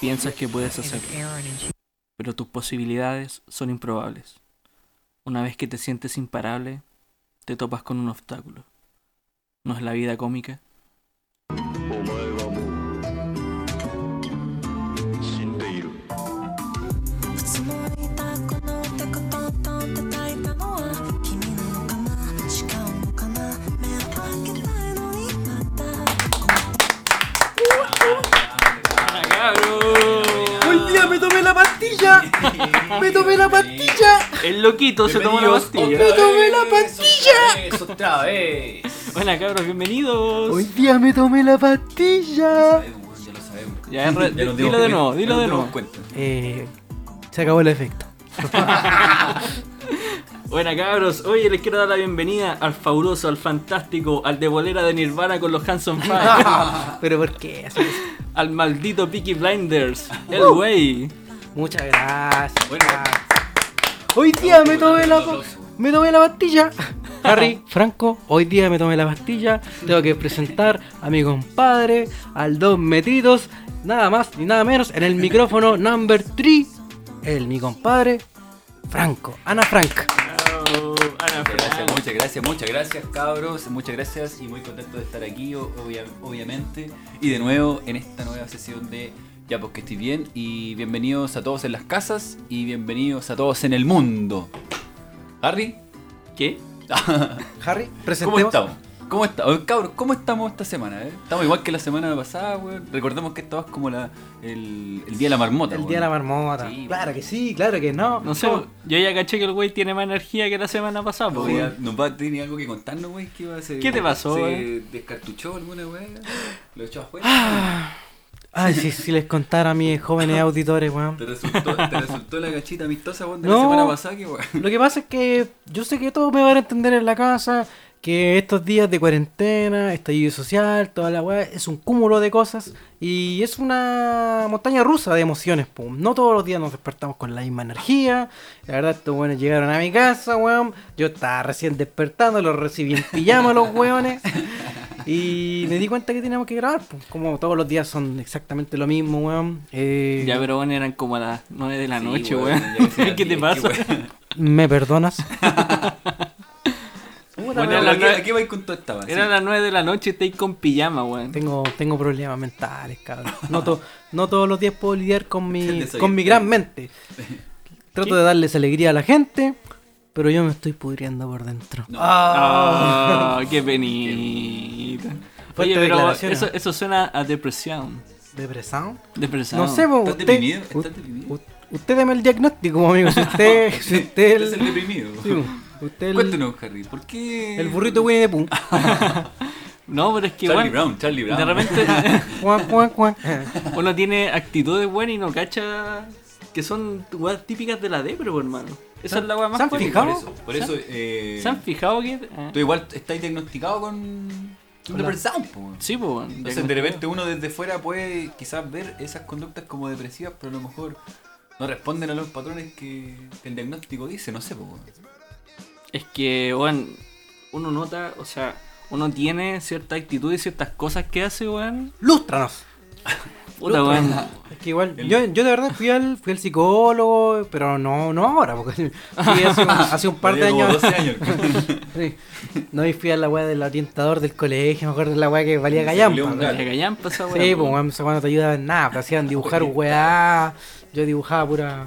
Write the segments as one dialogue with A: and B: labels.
A: piensas que puedes hacerlo, pero tus posibilidades son improbables. Una vez que te sientes imparable, te topas con un obstáculo. ¿No es la vida cómica?
B: ¡Hoy día me tomé la pastilla! ¡Me tomé la pastilla!
A: El loquito se tomó la pastilla.
B: ¡Me tomé la
C: pastilla! ¡Otra vez!
A: Hola cabros, bienvenidos.
B: ¡Hoy día me tomé la pastilla!
C: Ya lo sabemos.
A: Ya, en re-
C: Ya nos dimos
A: dilo de
C: cuenta,
A: nuevo,
C: ya
A: dilo
C: nos
A: de
C: dimos
A: nuevo.
C: cuenta.
B: Eh, se acabó el efecto.
A: Buena cabros, hoy les quiero dar la bienvenida al fabuloso, al fantástico, al de bolera de Nirvana con los Hanson Five,
B: ¿Pero por qué? haces eso?
A: al maldito Peaky Blinders, el wey.
B: Muchas gracias.
C: Bueno.
B: Hoy día me tomé la me tomé la pastilla. Harry, Franco, hoy día me tomé la pastilla. Tengo que presentar a mi compadre, al Don Metidos, nada más ni nada menos, en el micrófono number 3, el mi compadre, Franco, Ana Frank.
C: Muchas gracias, muchas gracias, muchas gracias, cabros. Muchas gracias y muy contento de estar aquí, o- obvia- obviamente. Y de nuevo en esta nueva sesión de Ya porque estoy bien. Y bienvenidos a todos en las casas y bienvenidos a todos en el mundo. Harry,
A: ¿Qué?
B: Harry,
C: ¿cómo
B: presentemos.
C: estamos? ¿Cómo estamos? Cabros, ¿cómo estamos esta semana? eh? Estamos igual que la semana pasada, weón. Recordemos que estabas como la, el, el día de la marmota.
B: El
C: weón.
B: día de la marmota.
C: Sí.
B: claro que sí, claro que no.
A: No sé, yo ya caché que el wey tiene más energía que la semana pasada, pues, po,
C: Oye,
A: Ah, weón.
C: nos va a tener algo que contarnos, güey. ¿Qué, va? ¿Se-
A: ¿Qué te pasó,
C: ¿Se
A: güey?
C: descartuchó alguna, güey? ¿Lo echó afuera?
A: Ah.
B: Ay, si, si les contara a mis jóvenes auditores, weón.
C: ¿Te resultó, te resultó la cachita amistosa, güey, de la
B: No.
C: semana pasada? Que, güey?
B: Lo que pasa es que yo sé que todos me van a entender en la casa, que estos días de cuarentena, estallido social, toda la weá, es un cúmulo de cosas y es una montaña rusa de emociones, pum. No todos los días nos despertamos con la misma energía. La verdad, estos weones llegaron a mi casa, weón. Yo estaba recién despertando, los recibí en pijama los weones. Y me di cuenta que teníamos que grabar, pum. Como todos los días son exactamente lo mismo, weón. Eh,
A: Ya, pero bueno, eran como a las 9 de la
C: Sí,
A: noche,
C: güey,
A: weón.
C: ya que sea
A: ¿Qué te
C: así,
A: pasa?
C: es que, güey.
B: ¿Me perdonas?
A: Bueno,
C: Bueno,
A: la-
C: ¿a qué- ¿a qué vais con toda esta? güey?
A: Eran las 9 de la noche y estáis con pijama, weón.
B: Tengo, tengo problemas mentales, cabrón. No, to- no todos los días puedo lidiar con mi,
C: Desorientado.
B: con mi gran mente. Trato de darles alegría a la gente, pero yo me estoy pudriendo por dentro.
C: No.
A: Ah, qué penita. Oye,
B: Fuertes
A: pero
B: declaraciones.
A: eso, eso suena a depresión.
B: ¿Depresado?
A: Depresión.
B: No sé, vos,
C: ¿Estás
B: usted,
C: deprimido?
B: u-
C: ¿Estás deprimido?
B: u- usted deme el diagnóstico, amigo. Si usted, si usted,
C: Usted es el deprimido.
B: sí, usted el-
C: Cuéntanos, Harry, ¿por qué...?
B: el burrito Winnie the Pooh.
A: No, pero es que
C: Charlie
A: igual,
C: Brown, Charlie Brown.
A: de repente
B: Cuac, cuac, cuac.
A: uno tiene actitudes buenas y no cacha que son weas típicas de la depre, po, hermano. Esa es la wea
B: ¿Se
A: más
B: han
A: cuática.
B: fijado?
C: Por eso, por eso eh,
A: ¿Se han fijado que.? ah,
C: tú igual estáis diagnosticado con... Con depresión, po, güey.
A: Sí, pues.
C: Entonces de repente uno desde fuera puede quizás ver esas conductas como depresivas, pero a lo mejor no responden a los patrones que que el diagnóstico dice, no sé, po, weón.
A: Es que, weón, uno nota, o sea, uno tiene cierta actitud y ciertas cosas que hace, weón.
B: ¡Lústranos!
A: Puta, weón.
B: Es que igual, yo, yo de verdad fui al, fui al psicólogo, pero no, no ahora, porque fui hace, un- hace un par de
C: Tenía
B: años.
C: como 12 años.
B: Sí. No, y fui a la weá del orientador del colegio, me acuerdo de la weá que valía
C: Se
B: callampa.
C: culió un
B: weón.
C: gato.
A: Que hayan pasado,
B: Sí, pues weón, esa weá no te ayudaba en nada, pero hacían dibujar weá. Yo dibujaba pura,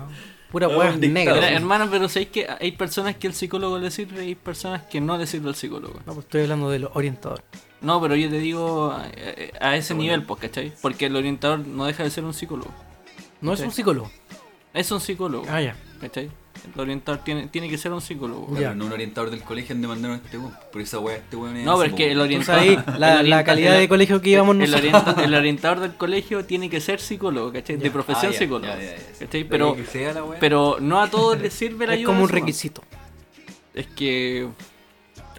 B: pura
C: Era
B: weá
C: un dictador.
B: negra.
A: Mira,
B: weón.
A: hermano, pero sabéis que hay personas que el psicólogo le sirve y hay personas que no le sirve al psicólogo.
B: No, pues estoy hablando del orientador.
A: No, pero yo te digo a, a ese nivel, pues, ¿cachai? Porque el orientador no deja de ser un psicólogo.
B: No es
A: Sí.
B: un psicólogo.
A: Es un psicólogo,
B: Ah, ya.
A: ¿cachai? El orientador tiene, tiene que ser un psicólogo.
B: Ya.
C: Claro, no un orientador del colegio donde mandaron a este weón. Por esa weá este weón es
A: No, pero
C: así,
A: es
C: po,
A: que el
C: weón.
B: Entonces
A: orientador...
B: ahí,
A: el
B: la, la
A: orienta-
B: calidad
A: el-
B: de colegio que íbamos
A: el,
B: nosotros.
A: orienta- el orientador del colegio tiene que ser psicólogo, ¿cachai? De profesión
C: Ah, ya,
A: psicólogo.
C: ya, ya, ya.
A: ¿cachai?
C: Lo
A: Pero,
C: que sea la weá.
A: pero no a todos les sirve la
B: Es
A: ayuda.
B: como un
A: de su-
B: requisito.
A: Es que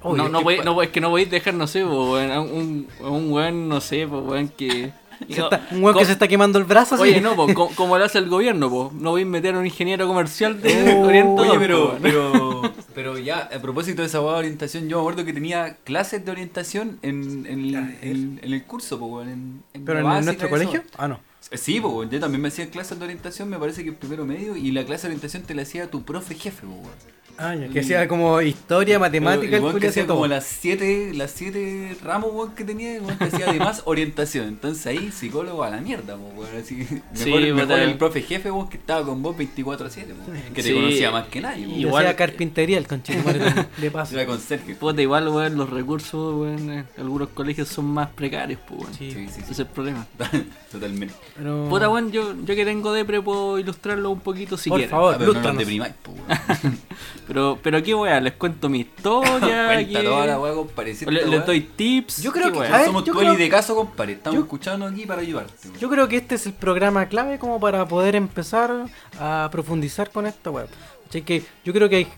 B: Obvio,
A: no,
B: es
A: no,
B: que
A: voy,
C: pa-
A: no, voy- es que no podéis dejar, no sé, po, weón, a un, a un weón, no sé, po, weón, que...
B: se está- un weón que se está quemando el brazo. así.
A: Oye, no, po, co- como lo hace el gobierno, po. No voy a meter a un ingeniero comercial de
B: Oh,
A: orientador.
C: Oye,
A: po,
C: pero,
A: weón.
C: pero, pero ya, a propósito de esa weá de orientación, yo me acuerdo que tenía clases de orientación en, en, en- en el curso, po, weón, en- en
B: ¿Pero
C: la
B: en
C: básica,
B: nuestro
C: eso.
B: colegio? Ah, no.
C: Eh, Sí, po, weón. yo también me hacía clases de orientación, me parece que en primero medio, y la clase de orientación te la hacía tu profe jefe, po, weón.
B: Ah, ya, que hacía como historia, matemática,
C: el weón que
B: culiao
C: hacía
B: hacía todo.
C: como las siete, las siete ramos weón, que tenía, el weón que hacía además orientación. Entonces ahí psicólogo a la mierda, po, weón. Así, mejor
D: Sí,
C: mejor
D: puta.
C: el profe jefe weón, que estaba con vos 24 a 7, weón, que te
D: Sí.
C: conocía más que nadie. weón.
B: Yo
D: Igual-
B: hacía carpintería el conchetumare también, de paso.
C: Era con Sergio.
A: Puta, igual, weón, los recursos, weón, en algunos colegios son más precarios, pues, weón.
B: Sí.
C: Sí, sí,
A: Ese es
C: sí.
A: el problema.
C: Totalmente.
B: Pero...
A: Puta, weón, yo, yo que tengo depre puedo ilustrarlo un poquito si
B: Mm. Por
A: quieren.
B: favor.
C: Ah, pero no nos
B: lústranos.
C: deprimáis, po, weón.
A: Pero, pero qué weón, les cuento mi historia.
C: Cuenta
A: aquí.
C: toda la weá, compadre. Si
A: O le-
C: esta
A: les
C: weá-
A: doy tips.
B: Yo creo
A: qué
B: que-
A: weá.
B: a ver,
C: Somos
B: yo
C: tú
B: creo-
C: el de caso, compadre. Estamos
B: yo-
C: escuchando aquí para ayudarte. weón.
B: Yo creo que este es el programa clave como para poder empezar a profundizar con esta web. ¿Cachai? Que yo creo que hay-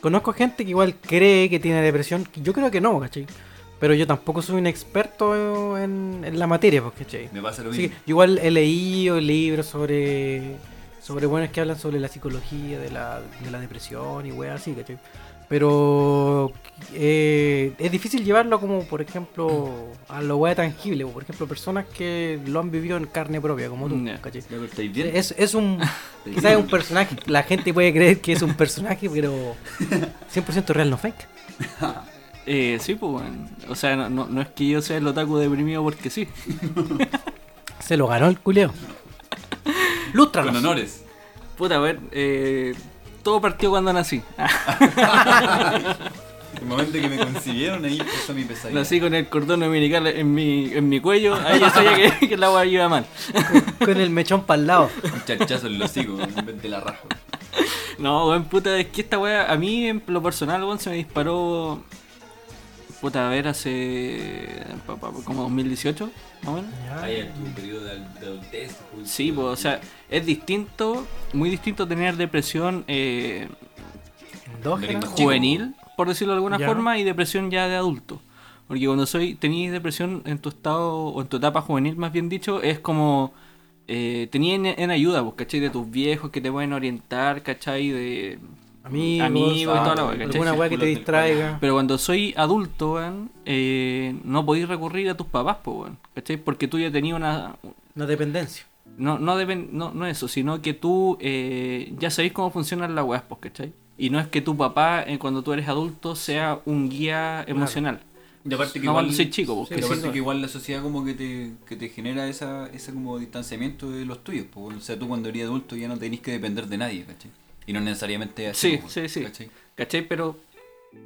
B: conozco gente que igual cree que tiene depresión. que Yo creo que no, ¿cachai? Pero yo tampoco soy un experto en, en la materia, pues, ¿cachai?
C: Me pasa lo
B: Así que
C: mismo.
B: yo igual he leído libros sobre sobre buenos que hablan sobre la psicología de la, de la depresión y weas así, ¿cachai? Pero eh, es difícil llevarlo como, por ejemplo, a lo wea tangible, o por ejemplo, personas que lo han vivido en carne propia, como tú,
A: Ya.
B: ¿cachai?
C: Ya, pero ¿Estáis bien?
B: Es, es un...
C: ¿Estáis
B: Quizás es un
C: bien?
B: personaje, la gente puede creer que es un personaje, pero 100% real, no fake.
A: Eh, sí, pues, weón. O sea, no, no, no es que yo sea el otaku deprimido porque sí.
B: Se lo ganó el culeo.
C: Con
B: Lústranos.
C: honores.
A: Puta, a ver, eh, todo partió cuando nací.
C: El momento que me concibieron ahí empezó mi pesadilla.
A: nací con el cordón dominical en mi, en mi cuello. Ahí yo sabía que, que el agua iba mal.
B: Con el mechón para el lado.
C: Un charchazo en los hocico en vez de la raja.
A: No, weón, puta, es que esta weá, a mí en lo personal, weón, se me disparó. Puta, a ver, hace. pa, pa, como 2018, más o menos.
B: Ah.
C: Ahí en tu periodo de al- de adultez. juventud.
A: Sí, pues, o sea, es distinto, muy distinto tener depresión eh,
B: Endógena.
C: Chico.
A: juvenil, por decirlo de alguna
B: Ya.
A: forma, y depresión ya de adulto. Porque cuando soy tenías depresión en tu estado, o en tu etapa juvenil, más bien dicho, es como. Eh, tenía en, en ayuda, pues, ¿cachai? De tus viejos que te pueden orientar, ¿cachai? De,
B: amigos, ah,
A: Amigos y toda la wea, ¿cachai?
B: alguna weá que te
C: Círculos del
B: distraiga.
A: Pero cuando soy adulto, weón, eh, no podéis recurrir a tus papás, po, weón, ¿cachai? Porque tú ya tenías una...
B: La dependencia.
A: No, no, deben, no, no eso, sino que tú eh, ya sabéis cómo funcionan las weas, po, ¿cachai? Y no es que tu papá, eh, cuando tú eres adulto, sea un guía emocional.
C: Y aparte que
A: No,
C: igual,
A: cuando soy chico, pues,
C: sí,
A: que
C: y aparte
A: sí, no.
C: que igual la sociedad como que te, que te genera esa, ese como distanciamiento de los tuyos. pues, bueno. O sea, tú cuando eres adulto ya no tenés que depender de nadie, ¿cachai? Y no necesariamente es así.
A: Sí,
C: pues,
A: sí, sí.
C: ¿cachai?
A: ¿Cachai? Pero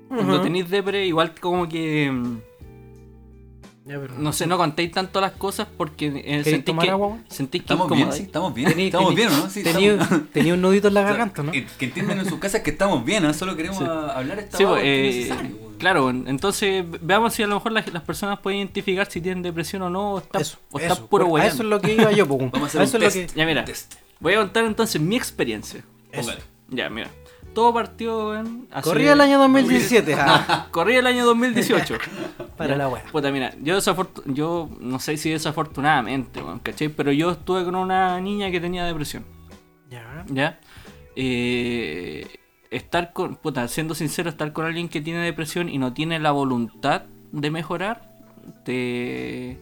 A: cuando tenéis depre, igual como que... mm,
B: Ya, pero-
A: No sé, no contéis tanto las cosas porque eh,
B: ¿Queréis
A: sentís
B: tomar
A: que...
B: agua, weón?
A: Sentís que
C: Estamos bien,
A: incomodáis.
C: sí, estamos bien.
B: Tení-
C: estamos
B: tení-
C: bien, ¿no? Sí,
B: tenía,
C: estamos-
B: tenía un nudito en la
C: O sea,
B: garganta, ¿no?
C: Que, que entiendan en sus casas que estamos bien, ¿no? solo queremos a- hablar esta
A: Sí,
C: hora
A: pues,
C: porque es
A: eh,
C: necesario, weón.
A: claro, entonces veamos si a lo mejor las, las personas pueden identificar si tienen depresión o no, o están,
B: Eso,
A: o están
B: eso,
A: puro
B: por- a
A: hueveando.
B: eso es lo que iba yo, po,
C: Vamos a hacer
B: a
C: un
B: eso es
C: test.
B: lo que
A: Ya, mira.
C: Test.
A: Voy a contar entonces mi experiencia.
B: eso.
C: Póngale.
A: Ya, mira. Todo partió en... hace-
B: Corría el año 2017. ah,
A: Corría el año 2018.
B: para la weá.
A: Puta, mira, yo desafortu- yo no sé si desafortunadamente, weón, ¿cachai? Pero yo estuve con una niña que tenía depresión.
B: Ya.
A: ¿Ya? Eh, estar con, puta, siendo sincero, estar con alguien que tiene depresión y no tiene la voluntad de mejorar, te,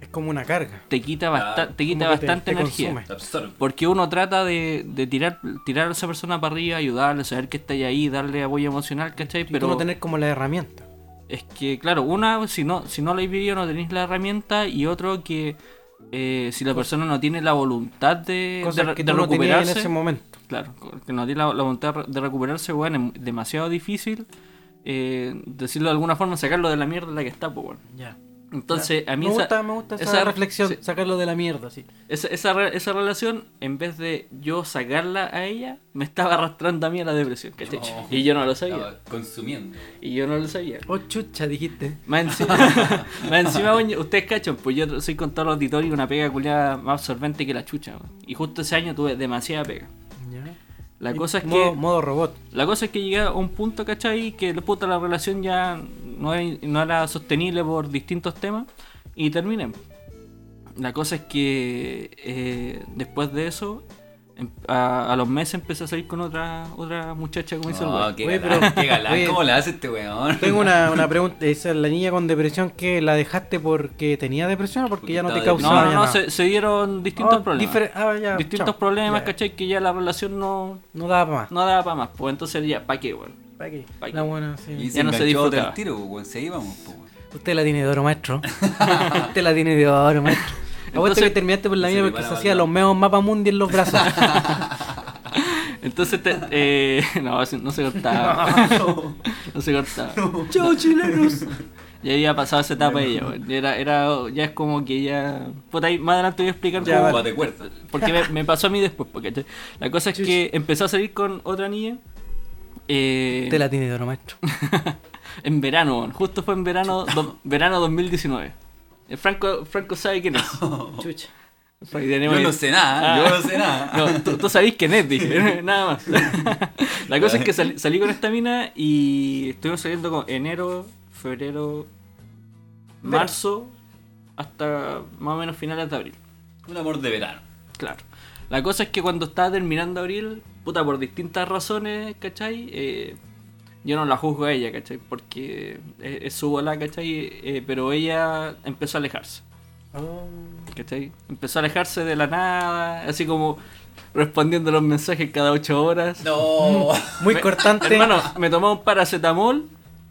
B: Es como una carga.
A: te quita, basta-
C: Claro.
A: te quita
B: Como que te-
A: bastante
B: te
A: energía.
B: consume.
C: Te absorbe.
A: Porque uno trata de, de tirar, tirar a esa persona para arriba, ayudarle, saber que está ahí, darle apoyo emocional, ¿cachai?
B: Pero
A: Pero
B: no tener como la herramienta.
A: es que, claro, una, si no, si no lo habéis vivido, no tenéis la herramienta, y otro que eh, si la persona no tiene la voluntad de,
B: Cosas
A: de-
B: que
A: de
B: tú no tenías en
A: recuperarse,
B: ese momento.
A: Claro, que no tiene la, la voluntad de recuperarse, weón, es demasiado difícil. eh, decirlo de alguna forma, sacarlo de la mierda en la que está, pues, weón.
B: Ya.
A: Entonces, a mí
B: Me
A: esa,
B: gusta, me gusta esa,
A: esa-
B: reflexión,
A: sí.
B: sacarlo de la mierda, sí.
A: esa, esa re- esa relación, en vez de yo sacarla a ella, me estaba arrastrando a mí a la depresión, ¿cachai?
C: No.
A: Y yo no lo sabía.
C: Estaba consumiendo.
A: Y yo no lo sabía.
B: Oh, chucha, dijiste.
A: Más encima, más encima, weón, ustedes cachan, pues yo soy contador auditorio y una pega culiada más absorbente que la chucha, weón. Y justo ese año tuve demasiada pega.
B: Ya.
A: La
B: Y
A: cosa es
B: modo,
A: que.
B: Modo robot.
A: La cosa es que llegué a un punto, ¿cachai? Que la puta la relación ya no, era- no era sostenible por distintos temas y terminé. La cosa es que eh, después de eso em- a, a los meses empecé a salir con otra otra muchacha, como dice el
C: No,
A: weón.
C: Oh, qué
B: Oye,
C: galán,
B: pero-
C: qué galán.
B: oye,
C: ¿Cómo la hace este weón?
B: Tengo una, una pregunta. Esa, la niña con depresión que la dejaste porque tenía depresión o porque ya no te
C: Porque estaba
A: No,
B: causaba
A: no,
B: ya
A: no,
B: nada?
A: se, se dieron distintos
B: Oh,
A: problemas.
B: difer- ah, ya,
A: distintos
B: chao.
A: problemas,
B: Ya,
A: ¿cachai? Que ya la relación no,
B: No daba para más.
A: no daba para más. Pues entonces ya, ¿para qué, weón?
B: ¿Para qué?
A: Pa' qué.
B: La buena, sí.
C: Y
A: Ya
C: se
A: no se
C: enganchó otra
A: disfrutaba.
C: al tiro, weón. Se íbamos, po, weón.
B: Usted la tiene de oro, maestro. Usted la tiene de oro, maestro. Apuesto
A: Entonces-
B: que terminaste por la
C: Se
B: mía
C: le
B: porque
C: para
B: se
C: la
B: hacía
C: banda.
B: los meos mapas mundi en los brazos.
A: Entonces, te- eh, no, así no se cortaba. No, se cortaba.
B: Chao, chilenos.
A: Ya había pasado esa etapa ella, weón. Ya Era, era, ya es como que ya. Puta, ahí más adelante voy a explicar
B: Ya,
A: cómo-
B: vale.
C: Como te cuerda.
A: Porque me, me pasó a mí después, porque la cosa es que empezó a salir con otra niña. eh,
B: Usted la tiene de oro, maestro.
A: en verano, weón. justo fue en verano, do- verano 2019. El Eh, Franco, Franco sabe quién es.
B: Chucha.
A: Ahí tenemos-
C: Yo no sé nada, ¿eh?
A: Ah.
C: yo no sé nada.
A: No, tú, tú sabés quién es, dije, nada más. La cosa es que sal- salí con esta mina y estuvimos saliendo con enero, febrero, marzo, hasta más o menos finales de abril.
C: Un amor de verano.
A: Claro. La cosa es que cuando estaba terminando abril, puta, por distintas razones, ¿cachai? Eh, yo no la juzgo a ella, ¿cachai? Porque es, es su bola, ¿cachai? Eh, pero ella empezó a alejarse. Oh. ¿Cachai? Empezó a alejarse de la nada, así como respondiendo los mensajes cada ocho horas.
C: No.
B: Muy
A: Me-
B: cortante.
A: Hermano, me tomaba un paracetamol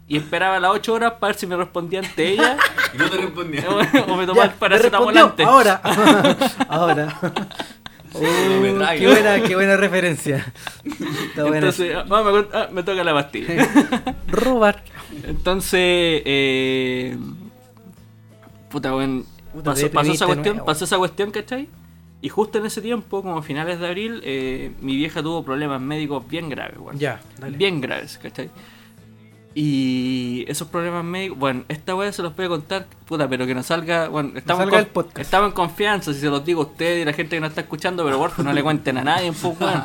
A: y esperaba las ocho horas para ver si me respondía ante ella
C: Y no te respondí.
A: o me
B: Ya,
A: tomaba el
B: me
A: paracetamol
B: respondió.
A: antes.
B: Ahora. Ahora.
C: no me
B: Uh,
C: traigo.
B: qué, buena, qué buena referencia. Está buena.
A: Entonces, ah, me, acuerdo- ah, me toca la pastilla.
B: Robar.
A: Entonces, eh, puta, weón,
B: Puta,
A: pasó, pasó
B: te deprimiste
A: esa cuestión,
B: nuevo.
A: pasó esa cuestión, ¿cachai? Y justo en ese tiempo, como a finales de abril, eh, mi vieja tuvo problemas médicos bien graves, weón.
B: Ya, dale.
A: Bien graves, ¿cachai? Y esos problemas médicos, bueno, esta weá se los voy a contar, puta, pero que no salga, bueno, estamos,
B: salga
A: en
B: el podcast.
A: estamos en confianza, si se los digo a ustedes y la gente que nos está escuchando, pero por favor, no le cuenten a nadie, pues, weón.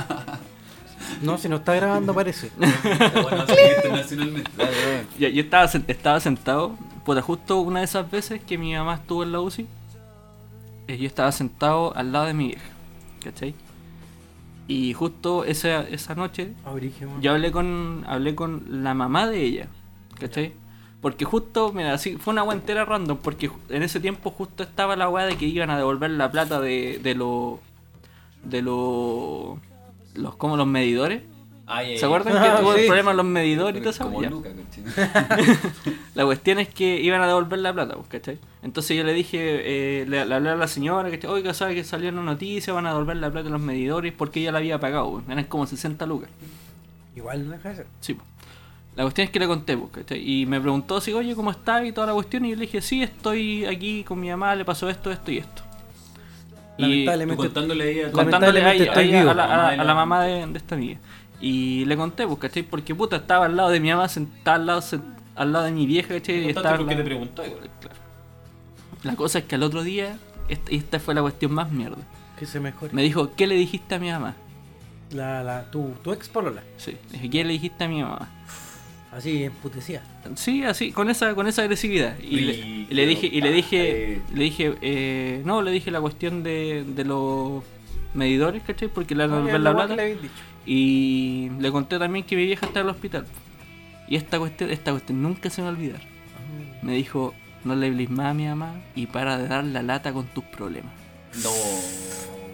B: No, si no está grabando parece.
C: Esta weá no salió internacionalmente. Dale, dale.
A: Yo, yo estaba, sen- estaba sentado, puta, justo una de esas veces que mi mamá estuvo en la UCI, eh, yo estaba sentado al lado de mi vieja, ¿cachai? Y justo esa, esa noche yo hablé con, hablé con la mamá de ella, ¿cachai? Porque justo, mira, así, fue una weá entera random, porque ju- en ese tiempo justo estaba la weá de que iban a devolver la plata de, de los... de los... los como los medidores.
C: Ay, ay,
A: ¿Se acuerdan
B: Ah,
A: que tuvo
B: sí.
A: el problema los medidores y todo eso?
C: Como
A: Ya.
C: Luca, coche.
A: La cuestión es que iban a devolver la plata, pues, ¿cachai? Entonces yo le dije, eh, le, le hablé a la señora, que oiga, sabe que salió en una noticia, van a devolver la plata a los medidores porque ella la había pagado, pues, eran como 60 lucas.
B: Igual no deja de ser.
A: Sí, pues. La cuestión es que le conté, pues, ¿cachai? Y me preguntó si, oye, ¿cómo está? Y toda la cuestión, y yo le dije, sí, estoy aquí con mi mamá, le pasó esto, esto y esto. Y-
C: Tú
B: Lamentablemente.
C: contándole ahí a tu-
A: contándole a,
B: Lamentablemente
A: ella,
B: estoy
A: a ella,
B: vivo.
A: a la, a la-
C: Mamá de
A: a
C: la-
A: la mamá de, de esta niña. Y le conté, pues, ¿cachai? Porque puta, estaba al lado de mi mamá, sentada al lado, sen- al lado de mi vieja, ¿cachai? Y
C: Contaste
A: estaba al
C: porque te
A: lado-
C: preguntó, igual.
A: Claro. La cosa es que al otro día, esta, y esta fue la cuestión más mierda.
B: Que se mejore.
A: Me dijo, ¿qué le dijiste a mi mamá?
B: La, la, tu, tu ex polola.
A: Sí, le dije, ¿qué le dijiste a mi mamá?
B: Así, emputecía.
A: Sí, así, con esa, con esa agresividad. Y, le, y le dije, y le dije, le dije, eh, no, le dije la cuestión de, de los medidores, ¿cachai? Porque le van a devolver la plata. Y le conté también que mi vieja está en el hospital. Y esta cuestión, esta cuestión nunca se me va a olvidar. Me dijo, no le hables más a mi mamá y para de dar la lata con tus problemas.
C: No.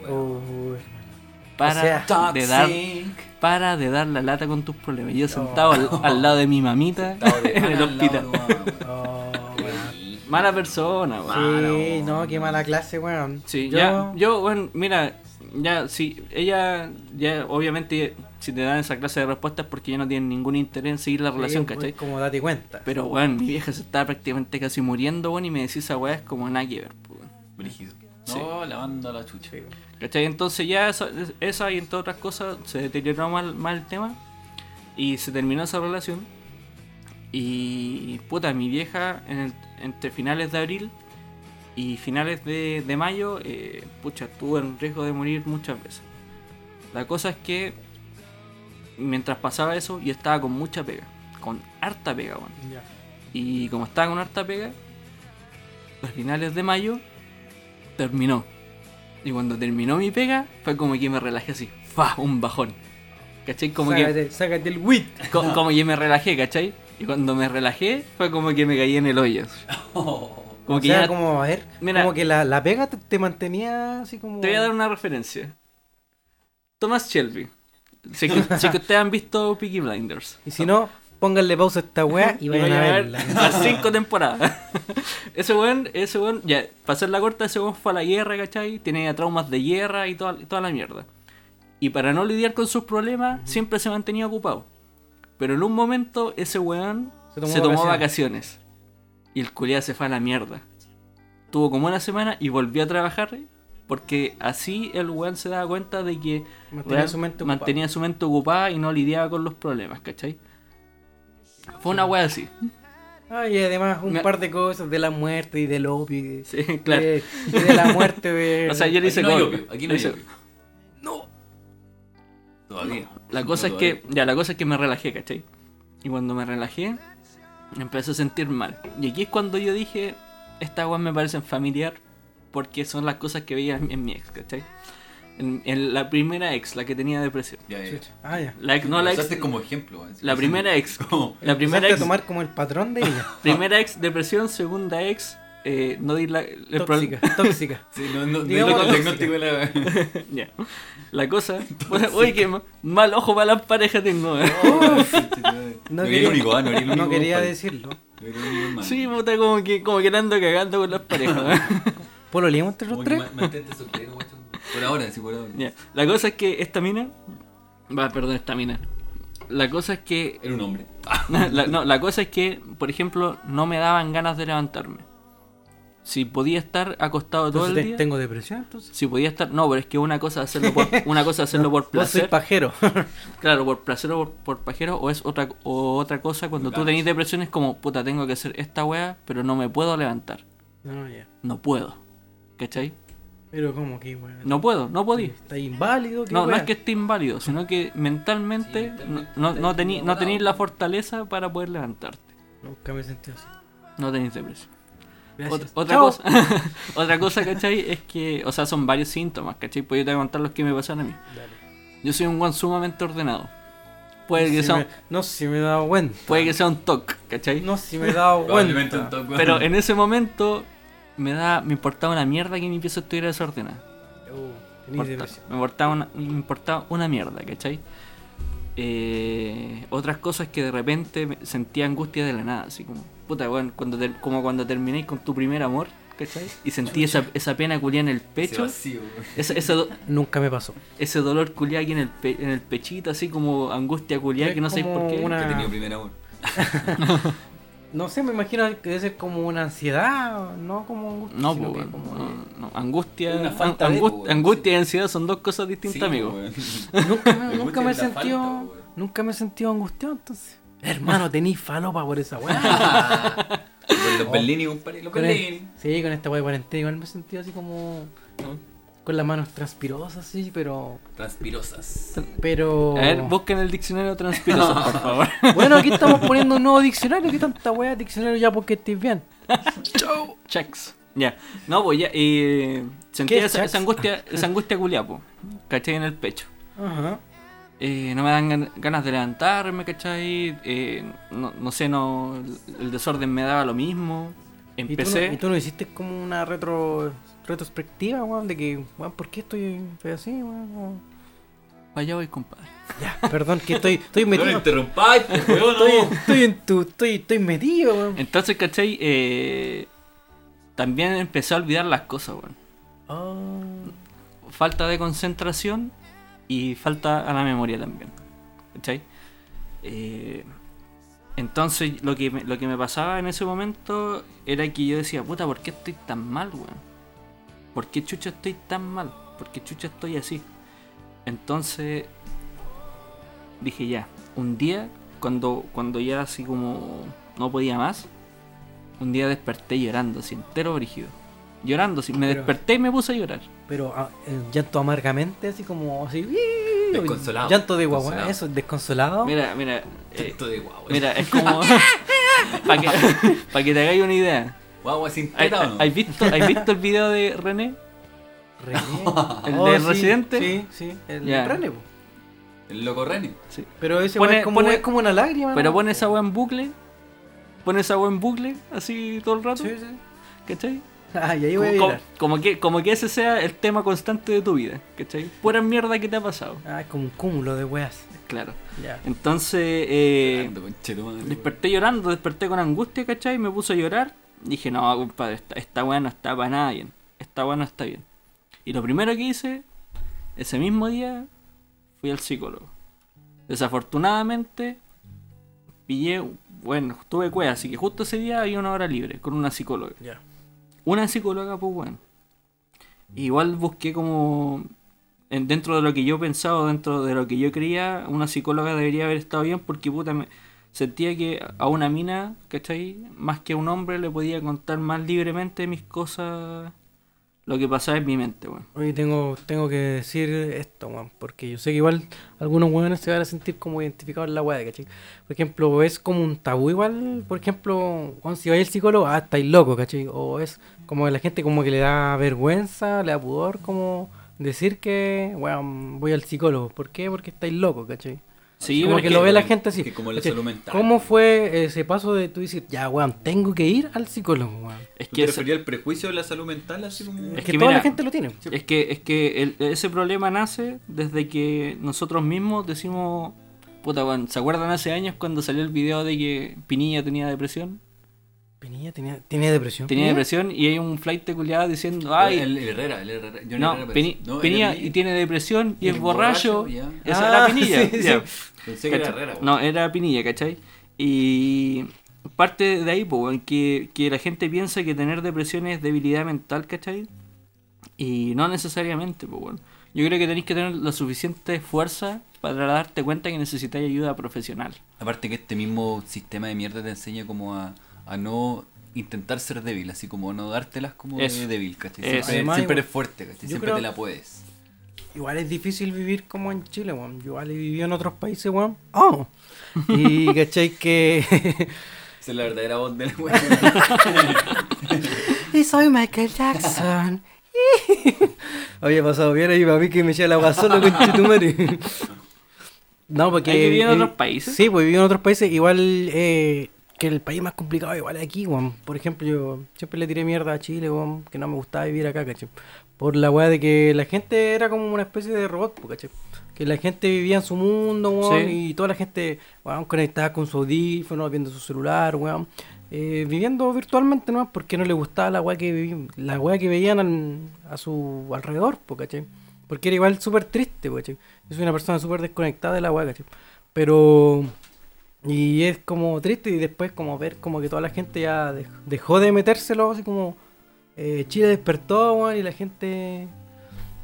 C: weón.
A: Para
B: O sea,
A: de dar
C: Toxic.
A: para de dar la lata con tus problemas. Yo sentado al, al lado de mi mamita
C: Estaba de
A: en
C: pana
A: el
C: al lado
A: hospital.
C: de tu mamá,
B: Oh, weón.
C: weón.
A: Mala persona, weón.
B: Sí, no, qué mala clase, weón.
A: Sí,
B: Yo-
A: ya, yo, bueno, mira, ya, si ella, ya, obviamente, si te dan esa clase de respuestas porque ya no tienen ningún interés en seguir la
B: sí,
A: relación,
B: pues,
A: ¿cachai?
B: Como date cuenta.
A: Pero, weón, mi vieja se estaba prácticamente casi muriendo, weón, y me decís esa weá es como nada que ver, po, weón.
C: Brígido.
A: Sí.
C: No, la mando a la chucha.
A: ¿Cachai? Entonces ya esa, esa y entre otras cosas se deterioró mal, mal el tema y se terminó esa relación. Y puta, mi vieja en el- entre finales de abril y finales de, de mayo, eh, pucha, estuvo en riesgo de morir muchas veces. La cosa es que mientras pasaba eso yo estaba con mucha pega, con harta pega, weón.
B: Ya.
A: Y como estaba con harta pega, a finales de mayo terminó. Y cuando terminó mi pega, fue como que me relajé así. fa, un bajón. ¿Cachai? Como que
B: sácate, sácate el wit.
A: Co- Como que me relajé, ¿cachai? Y cuando me relajé fue como que me caí en el hoyo. Como
B: o
A: que
B: sea,
A: ya-
B: como, a ver,
A: Mira.
B: como que la, la pega te, te mantenía así como...
A: Te voy a dar una referencia. Thomas Shelby. Si que, si que ustedes han visto Peaky Blinders.
B: Y si no, pónganle pausa a esta weá y vayan a verla.
A: las cinco temporadas. ese weón, ese weón, ya, para hacer la corta, ese weón fue a la guerra, ¿cachai? Tenía traumas de guerra y toda, y toda la mierda. Y para no lidiar con sus problemas, siempre se mantenía ocupado. Pero en un momento, ese weón
B: Se
A: se
B: tomó
A: tomó,
B: vacaciones.
A: vacaciones. Y el culiado se fue a la mierda. Tuvo como una semana y volvió a trabajar. Porque así el weón se daba cuenta de que
B: Mantenía
A: weón,
B: su mente ocupada.
A: mantenía su mente ocupada y no lidiaba con los problemas, ¿cachai? Fue una wea así.
B: Ah, y además un
A: Me-
B: par de cosas de la muerte y del opio y de,
A: Sí, claro.
B: de- y de la muerte de...
A: o sea, yo le hice
C: Aquí no hay
A: gol.
C: opio, aquí no hay
A: Le hice-
C: opio. Todavía.
A: La cosa
C: No,
A: es que, ya, la cosa es que me relajé, ¿cachai? Y cuando me relajé, me empecé a sentir mal. Y aquí es cuando yo dije, estas weas me parecen familiar porque son las cosas que veía en, en mi ex, ¿cachai? En, en la primera ex, la que tenía depresión.
C: todavía. Ya, ya, ya.
B: Ah, ya.
A: La ex- no la
C: Usaste
A: ex,
C: como ejemplo. así
A: la
C: que-
A: primera ex.
C: Como-
A: La primera
B: Empezaste a
A: ex,
B: tomar como el patrón de ella.
A: primera ex depresión, segunda ex, eh, no di la... el pro-
B: tóxica, tóxica.
C: Sí, no, no, no
B: Digamos
C: digo
B: la
C: diagnóstico de la...
A: Ya. La cosa. Uy, qué ma- mal ojo para las parejas tengo. eh.
B: No
C: No
B: quería-
C: quería el único, ah, no quería el único.
B: No quería
C: compadre.
B: decirlo.
C: No quería el único, hermano.
A: Sí, puta, como que, como que la ando cagando con las parejas. eh.
B: ¿Polo leímos entre los
C: Como que
B: tres?
C: ma- mantente soltero, guacho. Por ahora, sí, por ahora.
A: Ya. La cosa es que esta mina. Va, perdón, esta mina. La cosa es que.
C: Era un hombre.
A: la- no, la cosa es que, por ejemplo, no me daban ganas de levantarme. Si podía estar acostado todo
B: Entonces,
A: el día.
B: ¿Tengo depresión entonces?
A: Si podía estar. No, pero es que una cosa es hacerlo por, una cosa es hacerlo por
B: Vos soy
A: placer.
B: pajero.
A: Claro, por placer o por, por pajero, o es otra, o otra cosa cuando tú
C: Claro.
A: tenés depresión, es como, puta, tengo que hacer esta wea, pero no me puedo levantar.
B: no, ya.
A: No puedo. ¿Cachai?
B: Pero como que, weón.
A: No puedo, no podía.
B: Está inválido. ¿qué
A: No, no
B: weá?
A: es que esté inválido, sino que
C: Sí,
A: mentalmente no,
C: mentalmente
A: no, no tení-
C: está
A: no
C: invalidado.
A: tenís la fortaleza para poder levantarte.
B: Nunca me he sentido así.
A: No tenés depresión. Ot-
B: Gracias.
A: otra,
B: Chao.
A: cosa, otra cosa, ¿cachai? Es que, o sea, son varios síntomas, ¿cachai? Pues yo te voy a contar los que me pasaron a mí.
B: Dale.
A: Yo soy un guan sumamente ordenado. Puede que,
B: Si
A: sea,
B: me-
A: un,
B: No sé si me he dado cuenta.
A: puede que sea un toc, ¿cachai?
B: No sé si me he dado
C: Probablemente
B: cuenta.
C: un top, weón.
A: Pero en ese momento me da me importaba una mierda que mi pieza estuviera desordenada.
B: Uh,
A: Me
B: tenés
A: importa-
B: depresión.
A: me importaba una, me importaba una mierda, ¿cachai? Eh, otras cosas que de repente me- sentía angustia de la nada, así como, puta, weón, cuando ter- como cuando terminéis con tu primer amor, ¿cachai? Y sentí esa, esa pena culiada en el
C: Ese
A: pecho,
C: vacío, weón.
A: esa- esa do-
B: Nunca me pasó.
A: ese dolor culiado aquí en el, pe- en el pechito, así como angustia culiada
B: Es
A: que no sé por
B: como
A: qué.
B: una-
C: Que tenía
A: Ah.
C: primer amor.
B: No sé, me imagino que debe ser como una ansiedad, no pues, como angustia.
A: No,
B: sino
A: po,
B: que
A: weón,
B: como-
A: no, no, angustia,
C: Una
A: an-
C: falta de,
A: angus-
C: po, weón,
A: angustia y ansiedad son dos cosas distintas,
C: Sí,
A: amigo.
C: weón.
B: Nunca, me-
C: Me
B: nunca
C: gusta
B: me he
C: la falta,
B: sentido.
C: weón.
B: Nunca me he sentido angustiado, entonces. Hermano, tenís falopa por esa weá.
C: Con Los Berlini, compadre. Los
B: Con el-
C: Berlini.
B: sí, con esta weá de cuarentena igual me he sentido así como. Con las manos transpirosas, sí, pero.
C: Transpirosas.
B: Pero.
A: A ver, busquen el diccionario transpiroso, por favor.
B: Bueno, aquí estamos poniendo un nuevo diccionario. ¿Qué tanta weá diccionario ya porque estés bien?
A: Checks. Ya. No, pues ya. Eh, sentía
B: es Ah.
A: esa,
B: Chucks?
A: esa angustia, esa angustia culiapo. ¿Cachai? En el pecho.
B: Ajá.
A: Eh, no me dan gan- ganas de levantarme, ¿cachai? Eh, no, no sé, no. el- El desorden me daba lo mismo.
B: ¿Y tú, no,
A: Empecé.
B: y tú no hiciste como una retro, retrospectiva, weón, de que, weón, ¿por qué estoy, estoy así, weón? O-
A: Allá voy, compadre.
B: Ya, perdón, que estoy, estoy
C: No lo
B: metido.
C: interrumpáis, pues, weón,
B: Estoy,
C: no.
B: estoy en tu, estoy, estoy metido, weón.
A: Entonces, ¿cachai? Eh, también empecé a olvidar las cosas, weón.
B: Ah,
A: falta de concentración y falta a la memoria también. ¿Cachai? Eh, entonces lo que, me, lo que me pasaba en ese momento era que yo decía, puta, ¿por qué estoy tan mal, weón? ¿Por qué chucha estoy tan mal? ¿Por qué chucha estoy así? Entonces dije ya, un día, cuando, cuando ya así como no podía más, un día desperté llorando, así entero brígido. Llorando, así, me
B: Pero-
A: desperté y me puse a llorar.
B: pero ah, eh, llanto amargamente, así como, así,
C: Desconsolado.
B: Llanto de guagua,
C: Desconsolado.
B: eso, desconsolado.
A: Mira, mira, eh,
C: Esto de guau. weón.
A: mira, es como. Para que, pa' que te hagáis una idea.
C: Guau, es
A: ¿Hay,
C: entera, ¿o no?
A: hay- hay visto, hay visto el video de René? ¿El
B: Oh,
A: de
B: sí,
A: Residente?
B: Sí, sí. El
A: Ya.
B: René, po.
C: El loco René.
A: Sí.
B: Pero ese
A: Pone-
B: weón es, como,
A: pone-
B: es como una lágrima.
A: Pero
B: ¿no?
A: pone esa weá en bucle. Pone esa weá en bucle, así todo el rato.
B: Sí, sí.
A: ¿Cachai?
B: Ah, y ahí voy a
A: Como, como-
B: llorar.
A: como que, como que ese sea el tema constante de tu vida, ¿cachai? Pura mierda que te ha pasado,
B: Ah, es como un cúmulo de weas.
A: claro.
B: Ya.
A: Entonces, eh,
C: Ando, conchetumadre.
A: desperté llorando, desperté con angustia, ¿cachai? Me puse a llorar. Dije, no, compadre, esta, esta weá no está para nada bien. Esta weá no está bien. Y lo primero que hice, ese mismo día, fui al psicólogo. Desafortunadamente, pillé, bueno, tuve cueva, así que justo ese día había una hora libre con una psicóloga.
B: Ya.
A: Una psicóloga, pues bueno. Igual busqué como. en- dentro de lo que yo pensaba, dentro de lo que yo creía, una psicóloga debería haber estado bien porque puta me- Sentía que a una mina, ¿cachai? Más que a un hombre le podía contar más libremente mis cosas, lo que pasaba en mi mente, weón.
B: Oye, tengo, tengo que decir esto, weón, porque yo sé que igual algunos weones se van a sentir como identificados en la weá, ¿cachai? Por ejemplo, es como un tabú igual, por ejemplo, weón, si vais al psicólogo, ah, estáis loco, ¿cachai? O es como que la gente como que le da vergüenza, le da pudor, como decir que, weón, voy al psicólogo. ¿Por qué? Porque estáis loco, ¿cachai?
A: Sí,
B: como
A: porque-
B: que lo ve la gente así.
C: que como la
B: ¿cachai?
C: salud mental.
B: ¿Cómo fue ese paso de tú decir, ya, weón, tengo que ir al psicólogo, weón?
A: es
C: ¿Tú
A: que
C: te
A: esa-
C: referías al prejuicio de la salud mental? Así como...
A: Es
B: Es
A: que
B: que, toda
A: mira,
B: la gente lo tiene.
A: Es que, es que el- ese problema nace desde que nosotros mismos decimos, puta, weón, ¿se acuerdan hace años cuando salió el video de que Pinilla tenía depresión?
B: Pinilla tenía, tenía depresión.
A: Tenía
B: Pinilla.
A: depresión y hay un flight de culiado diciendo, ay,
C: ¿Mm? El, el Herrera, el Herrera. Johnny
A: no, Pini-
C: Herrera, parece. No, era
A: Pinilla
C: Pinilla.
A: y tiene depresión y
C: Y
A: es
C: el
A: borracho.
C: borracho, ya.
A: Esa
B: Ah,
A: era Pinilla.
B: sí,
A: ya.
C: Pensé que era
A: ¿Cachai?
C: Herrera.
A: No, era Pinilla, ¿cachai? Y parte de ahí, po, weón, que, que la gente piensa que tener depresión es debilidad mental, ¿cachai? Y no necesariamente, po, weón. Yo creo que tenéis que tener la suficiente fuerza para darte cuenta que necesitáis ayuda profesional.
C: Aparte que este mismo sistema de mierda te enseña como a, a no intentar ser débil, así como no dártelas como de
A: Eso.
C: débil, ¿cachai?
A: Eso.
C: Siempre,
B: Además,
C: siempre
B: igual-
C: eres fuerte, ¿cachai?
B: yo
C: Siempre
B: creo-
C: te la puedes.
B: Igual es difícil vivir como en Chile, weón. Yo igual he vivido en otros países, weón. ¡Oh! Y cachai que.
C: Esa es la verdadera voz del güey.
B: y soy Michael Jackson. Había pasado bien ahí para mí que me eché el agua solo con Chitumari. No, porque.
A: ¿Has vivido en
B: eh,
A: otros países?
B: Sí, pues viví en otros países. Igual eh, que el país más complicado, igual es aquí, weón. Por ejemplo, yo siempre le tiré mierda a Chile, weón, que no me gustaba vivir acá, caché. Por la weá de que la gente era como una especie de robot, po, caché. Que la gente vivía en su mundo, weón,
A: Sí.
B: y toda la gente, weón, conectada con su audífono, viendo su celular, weón. eh, viviendo virtualmente nomás porque no le gustaba la weá que, vivi- la weá que veían al- a su alrededor, po, caché. Porque era igual súper triste, po, caché. Yo soy una persona súper desconectada de la weá, caché. Pero. Y es como triste y después como ver como que toda la gente ya dej- dejó de metérselo, así como eh, Chile despertó, weón, y la gente...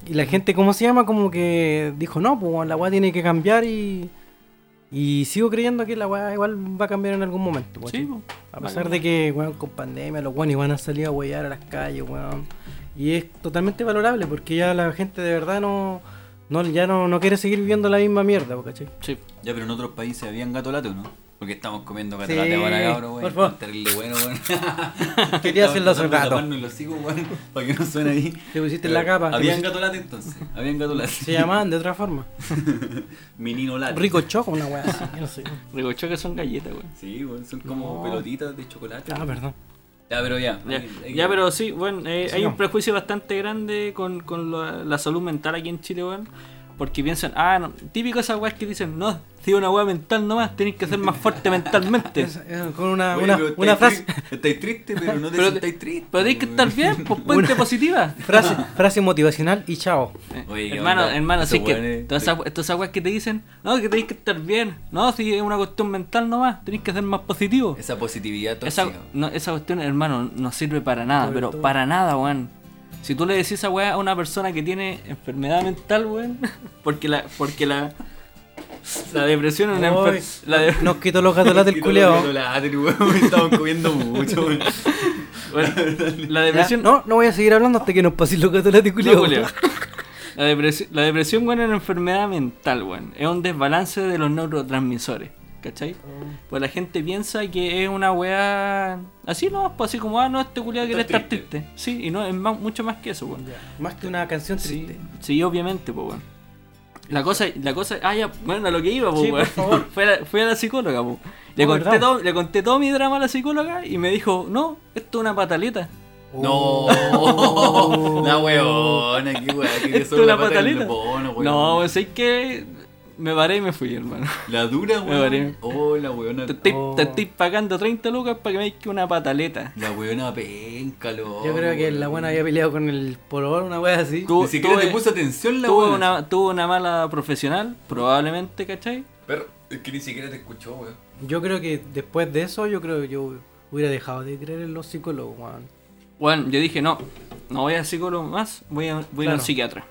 B: Y la gente, ¿cómo se llama? Como que dijo, no, pues weón, la weá tiene que cambiar y... Y sigo creyendo que la weá igual va a cambiar en algún momento,
A: Sí,
B: weón.
A: po.
B: A
A: va a
B: pesar
A: cambiar.
B: de que, weón, con pandemia los weones van a salir a huellar a las calles, weón. Y es totalmente valorable porque ya la gente de verdad no... no ya no, no quiere seguir viviendo la misma mierda, po, ¿cachai?
A: Sí.
C: ya, pero en otros países habían gatolate, ¿no? Porque estamos comiendo
B: Sí,
C: gatolate ahora, cabrón, güey.
B: por favor.
C: Está Terrible bueno, güey.
B: Quería hacerlo hace
C: Estamos tratando de
B: rato.
C: taparnos los hijos, güey, para que no suene ahí.
B: Te pusiste
C: Pero
B: la capa. te
C: Habían
B: pusiste-
C: gatolate entonces. Habían gatolate.
B: Se llamaban de otra forma.
C: Menino late.
B: Rico choco, una weá así. yo no sé.
A: Ricocho que son galletas, weón.
C: Sí, güey, son como
B: No.
C: pelotitas de chocolate.
B: Ah, perdón.
C: Ya, pero ya.
A: Ya,
C: Hay- hay-
A: ya, pero sí, bueno, eh, hay
B: Sigamos.
A: un prejuicio bastante grande con, con la, la salud mental aquí en Chile, weón. Porque piensan, ah, no, típico esas weas que dicen, no, si una wea mental nomás, tenés que ser más fuerte mentalmente.
B: Es- es eh, con una,
C: Oye,
B: una,
C: pero estáis
B: una frase,
C: tri- Estáis triste, pero no te
A: Pero-
C: sentáis triste.
A: Pero tenés que estar bien, pues ponte positiva.
B: frase, frase motivacional y chao.
A: Eh,
C: Oye, ¿qué
A: hermano,
C: onda?
A: hermano,
C: Esos
A: si es que
C: weones-
A: todas esas, todas esas weas que te dicen, no, que tenés que estar bien, no, si es una cuestión mental nomás, tenés que ser más positivo.
C: Esa positividad tóxica.
A: Esa, no, esa cuestión, hermano, no sirve para nada,
B: Sobre
A: pero
B: todo-
A: para nada, weón. Si tú le decís esa weá a una persona que tiene enfermedad mental, weón, porque la, porque la, la depresión es una
B: Oy,
A: enfer- la de-
B: Nos quitó los gatos del
C: Y
B: culeado.
C: todo el gato late, weón, Estamos comiendo mucho, weón.
A: weón, la depresión,
B: No, no voy a seguir hablando hasta que nos pasen los gatos del
A: no,
B: culeado.
A: culeo. La depresión, la depresión, weón, es una enfermedad mental, weón. Es un desbalance de los neurotransmisores, ¿cachai?
B: Oh.
A: Pues la gente piensa que es una weá así, ¿no? Pues así como, ah, no, este culiado quiere
C: Está
A: estar triste. Sí, y no, es más- mucho más que eso, weón.
B: Más que una canción
A: Sí,
B: triste.
A: sí, obviamente, pues, weón. La cosa, la cosa, ah, ya, bueno, a lo que iba, pues,
B: Sí, por
A: weón.
B: favor.
A: Fue a la, fui a la psicóloga, pues. Le,
B: Oh,
A: conté
B: verdad.
A: todo, le conté todo mi drama a la psicóloga y me dijo, no, esto es una pataleta.
C: No,
B: Oh.
C: la weona, qué weona, que
A: Esto
C: solo
A: es la
C: la pata del
A: pataleta.
C: bono, weón.
A: No, pues es que me paré y me fui, hermano.
C: La dura,
A: Me paré.
C: weón. Oh, la weona.
A: Te estoy,
B: Oh.
A: te estoy pagando 30 lucas para que me digas una pataleta.
C: oh, La weona penca, loco.
B: Yo creo que la buena había peleado con el polor, una wea así.
A: Tú-
C: Ni siquiera te
A: tuve-
C: puso atención la
A: Tuvo
C: weona.
A: una, tuvo una mala profesional, probablemente, ¿cachai?
C: Perro, es que ni siquiera te escuchó, weón.
B: Yo creo que después de eso, yo creo que yo hubiera dejado de creer en los psicólogos, weón.
A: Bueno, yo dije, no, no voy a psicólogo más, voy a, voy a ir a un
B: Claro.
A: psiquiatra. Eh.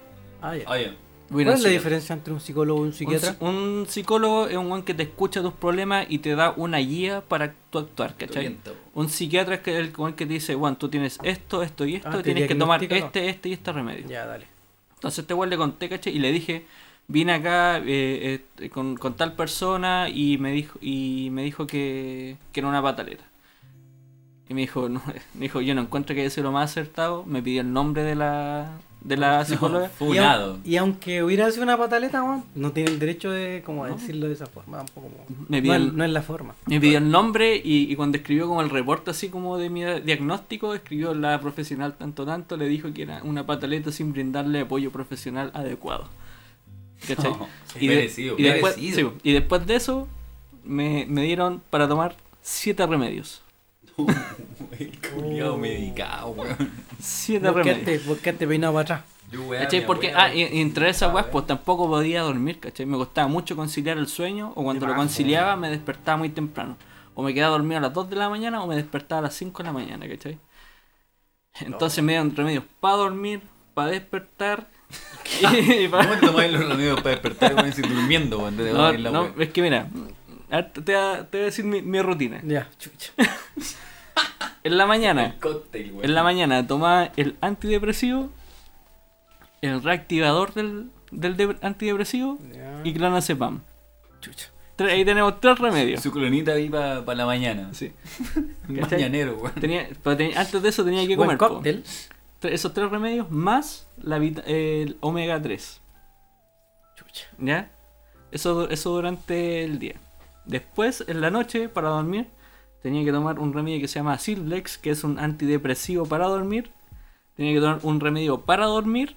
B: Ah, ya.
C: Ah, ya.
A: Voy a ir a un
B: ¿Cuál es la
A: psiquiatra.
B: diferencia entre un psicólogo y un psiquiatra?
A: Un, un psicólogo es un weón que te escucha tus problemas y te da una guía para tu actuar,
C: Te
A: ¿cachai?
C: orienta, po.
A: Un psiquiatra es que- el weón que te dice, Juan, tú tienes esto, esto y esto,
B: Ah, te
A: tienes que tomar
B: diagnostica,
A: este, este y este remedio.
B: Ya, dale.
A: Entonces te weón le conté, ¿cachai? Y le dije, vine acá eh, eh, con, con tal persona y me dijo, y me dijo que, que era una pataleta. Y me dijo, no, me dijo, yo no encuentro que eso es lo más acertado. Me pidió el nombre de la, de la psicóloga.
C: Funado.
B: Y, aun- y aunque hubiera sido una pataleta, weón, no tiene el derecho de como decirlo de esa forma. tampoco, como-
A: Me
B: no,
A: piden-
B: es, no es la forma.
A: Me pidió el nombre y, y cuando escribió como el reporte así como de mi diagnóstico, escribió la profesional tanto tanto, le dijo que era una pataleta sin brindarle apoyo profesional adecuado. ¿Cachai?
C: No,
A: y, de-
C: merecido,
A: y después,
C: merecido.
A: sí, y después de eso me, me dieron para tomar siete remedios.
C: El
A: Oh.
C: culiao medicado, weón.
A: Siete remedios.
B: Buscate, buscate peinado para atrás.
C: Yo, weón,
A: ¿Cachai?
C: mi
A: Porque,
C: abuela,
A: ah, y, y entre esas weas,
C: weón.
A: pues tampoco podía dormir, ¿cachai? Me costaba mucho conciliar el sueño, o cuando lo
B: bajo.
A: conciliaba me despertaba muy temprano. O me quedaba dormido a las 2 de la mañana, o me despertaba a las 5 de la mañana, ¿cachai? Entonces me dieron remedios para dormir, para despertar, y pa-
C: Ah, ¿Cómo te tomáis los remedios para despertar, weón, si durmiendo, weón? Te vas a
A: No,
C: ir la
A: no,
C: weón.
A: es que mira, a ver, te, te voy a te voy a decir mi, mi rutina.
B: Ya, chucha.
A: En la mañana,
C: El cóctel, weón.
A: en la mañana tomaba el antidepresivo, el reactivador del, del de- antidepresivo
B: Ya.
A: y clonazepam.
B: Chucha.
A: Tres- ahí tenemos tres remedios.
C: Su colonita ahí para la mañana.
A: Sí. ¿Cachai?
C: Mañanero, weón.
A: Tenía, pero tenía- antes de eso tenía que
B: Buen
A: comer po.
B: cóctel.
A: Tre- esos tres remedios más la vita- el omega 3.
B: Chucha.
A: ¿Ya? Eso, du- eso durante el día. Después, en la noche, para dormir, tenía que tomar un remedio que se llama Sildex, que es un antidepresivo para dormir. Tenía que tomar un remedio para dormir.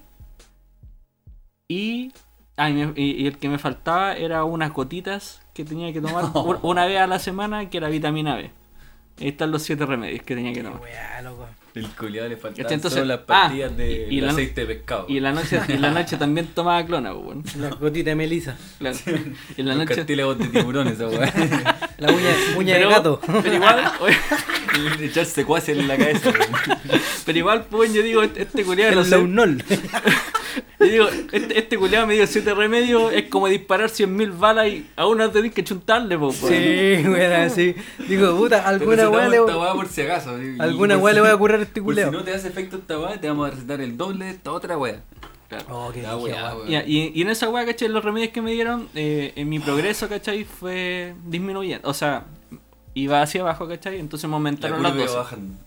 A: Y, ah, y, me- y- y el que me faltaba era unas gotitas que tenía que tomar u- una vez a la semana, que era vitamina B. Ahí están los siete remedios que tenía que tomar.
B: Weá, loco.
C: El culiado le
A: Este,
C: faltaban
A: entonces-
C: solo las pastillas
A: ah,
C: de
A: y- y la-
C: aceite de pescado.
A: Y en la noche, y en la noche también tomaba clona, pues, bueno.
B: La gotita de melisa.
A: Claro. Y en la
C: Los
A: noche.
C: cartílagos de tiburón esa weón.
B: La uña, uña
A: Pero-
B: de gato.
A: Pero igual, oye,
C: Y Echar secuaces en la cabeza, weón.
A: pero igual, pues, bueno, yo digo, este, este culiado, no
B: El
A: sé,
B: launol.
A: yo digo, este, este culiado me dio siete remedios, es como disparar 100.000 balas y a una tenés que chuntarle, pues,
B: Sí, weá, sí. Digo, puta, alguna
C: Te
B: weá
C: recetamos
B: le
C: esta weá por si acaso. y- y
B: Alguna
C: por
B: weá
C: si-
B: le voy a currar a este
C: Por si
B: culeado.
C: no te hace efecto esta weá, te vamos a recetar el doble de esta otra weá.
B: Oh, qué
C: La
B: dije,
C: weá,
B: weá.
A: Y, y- y en esa weá, ¿cachai? Los remedios que me dieron, eh, en mi progreso, ¿cachai? Fue disminuyendo. O sea, iba hacia abajo, ¿cachai? Entonces me aumentaron las
C: curva
A: dos.
C: bajan.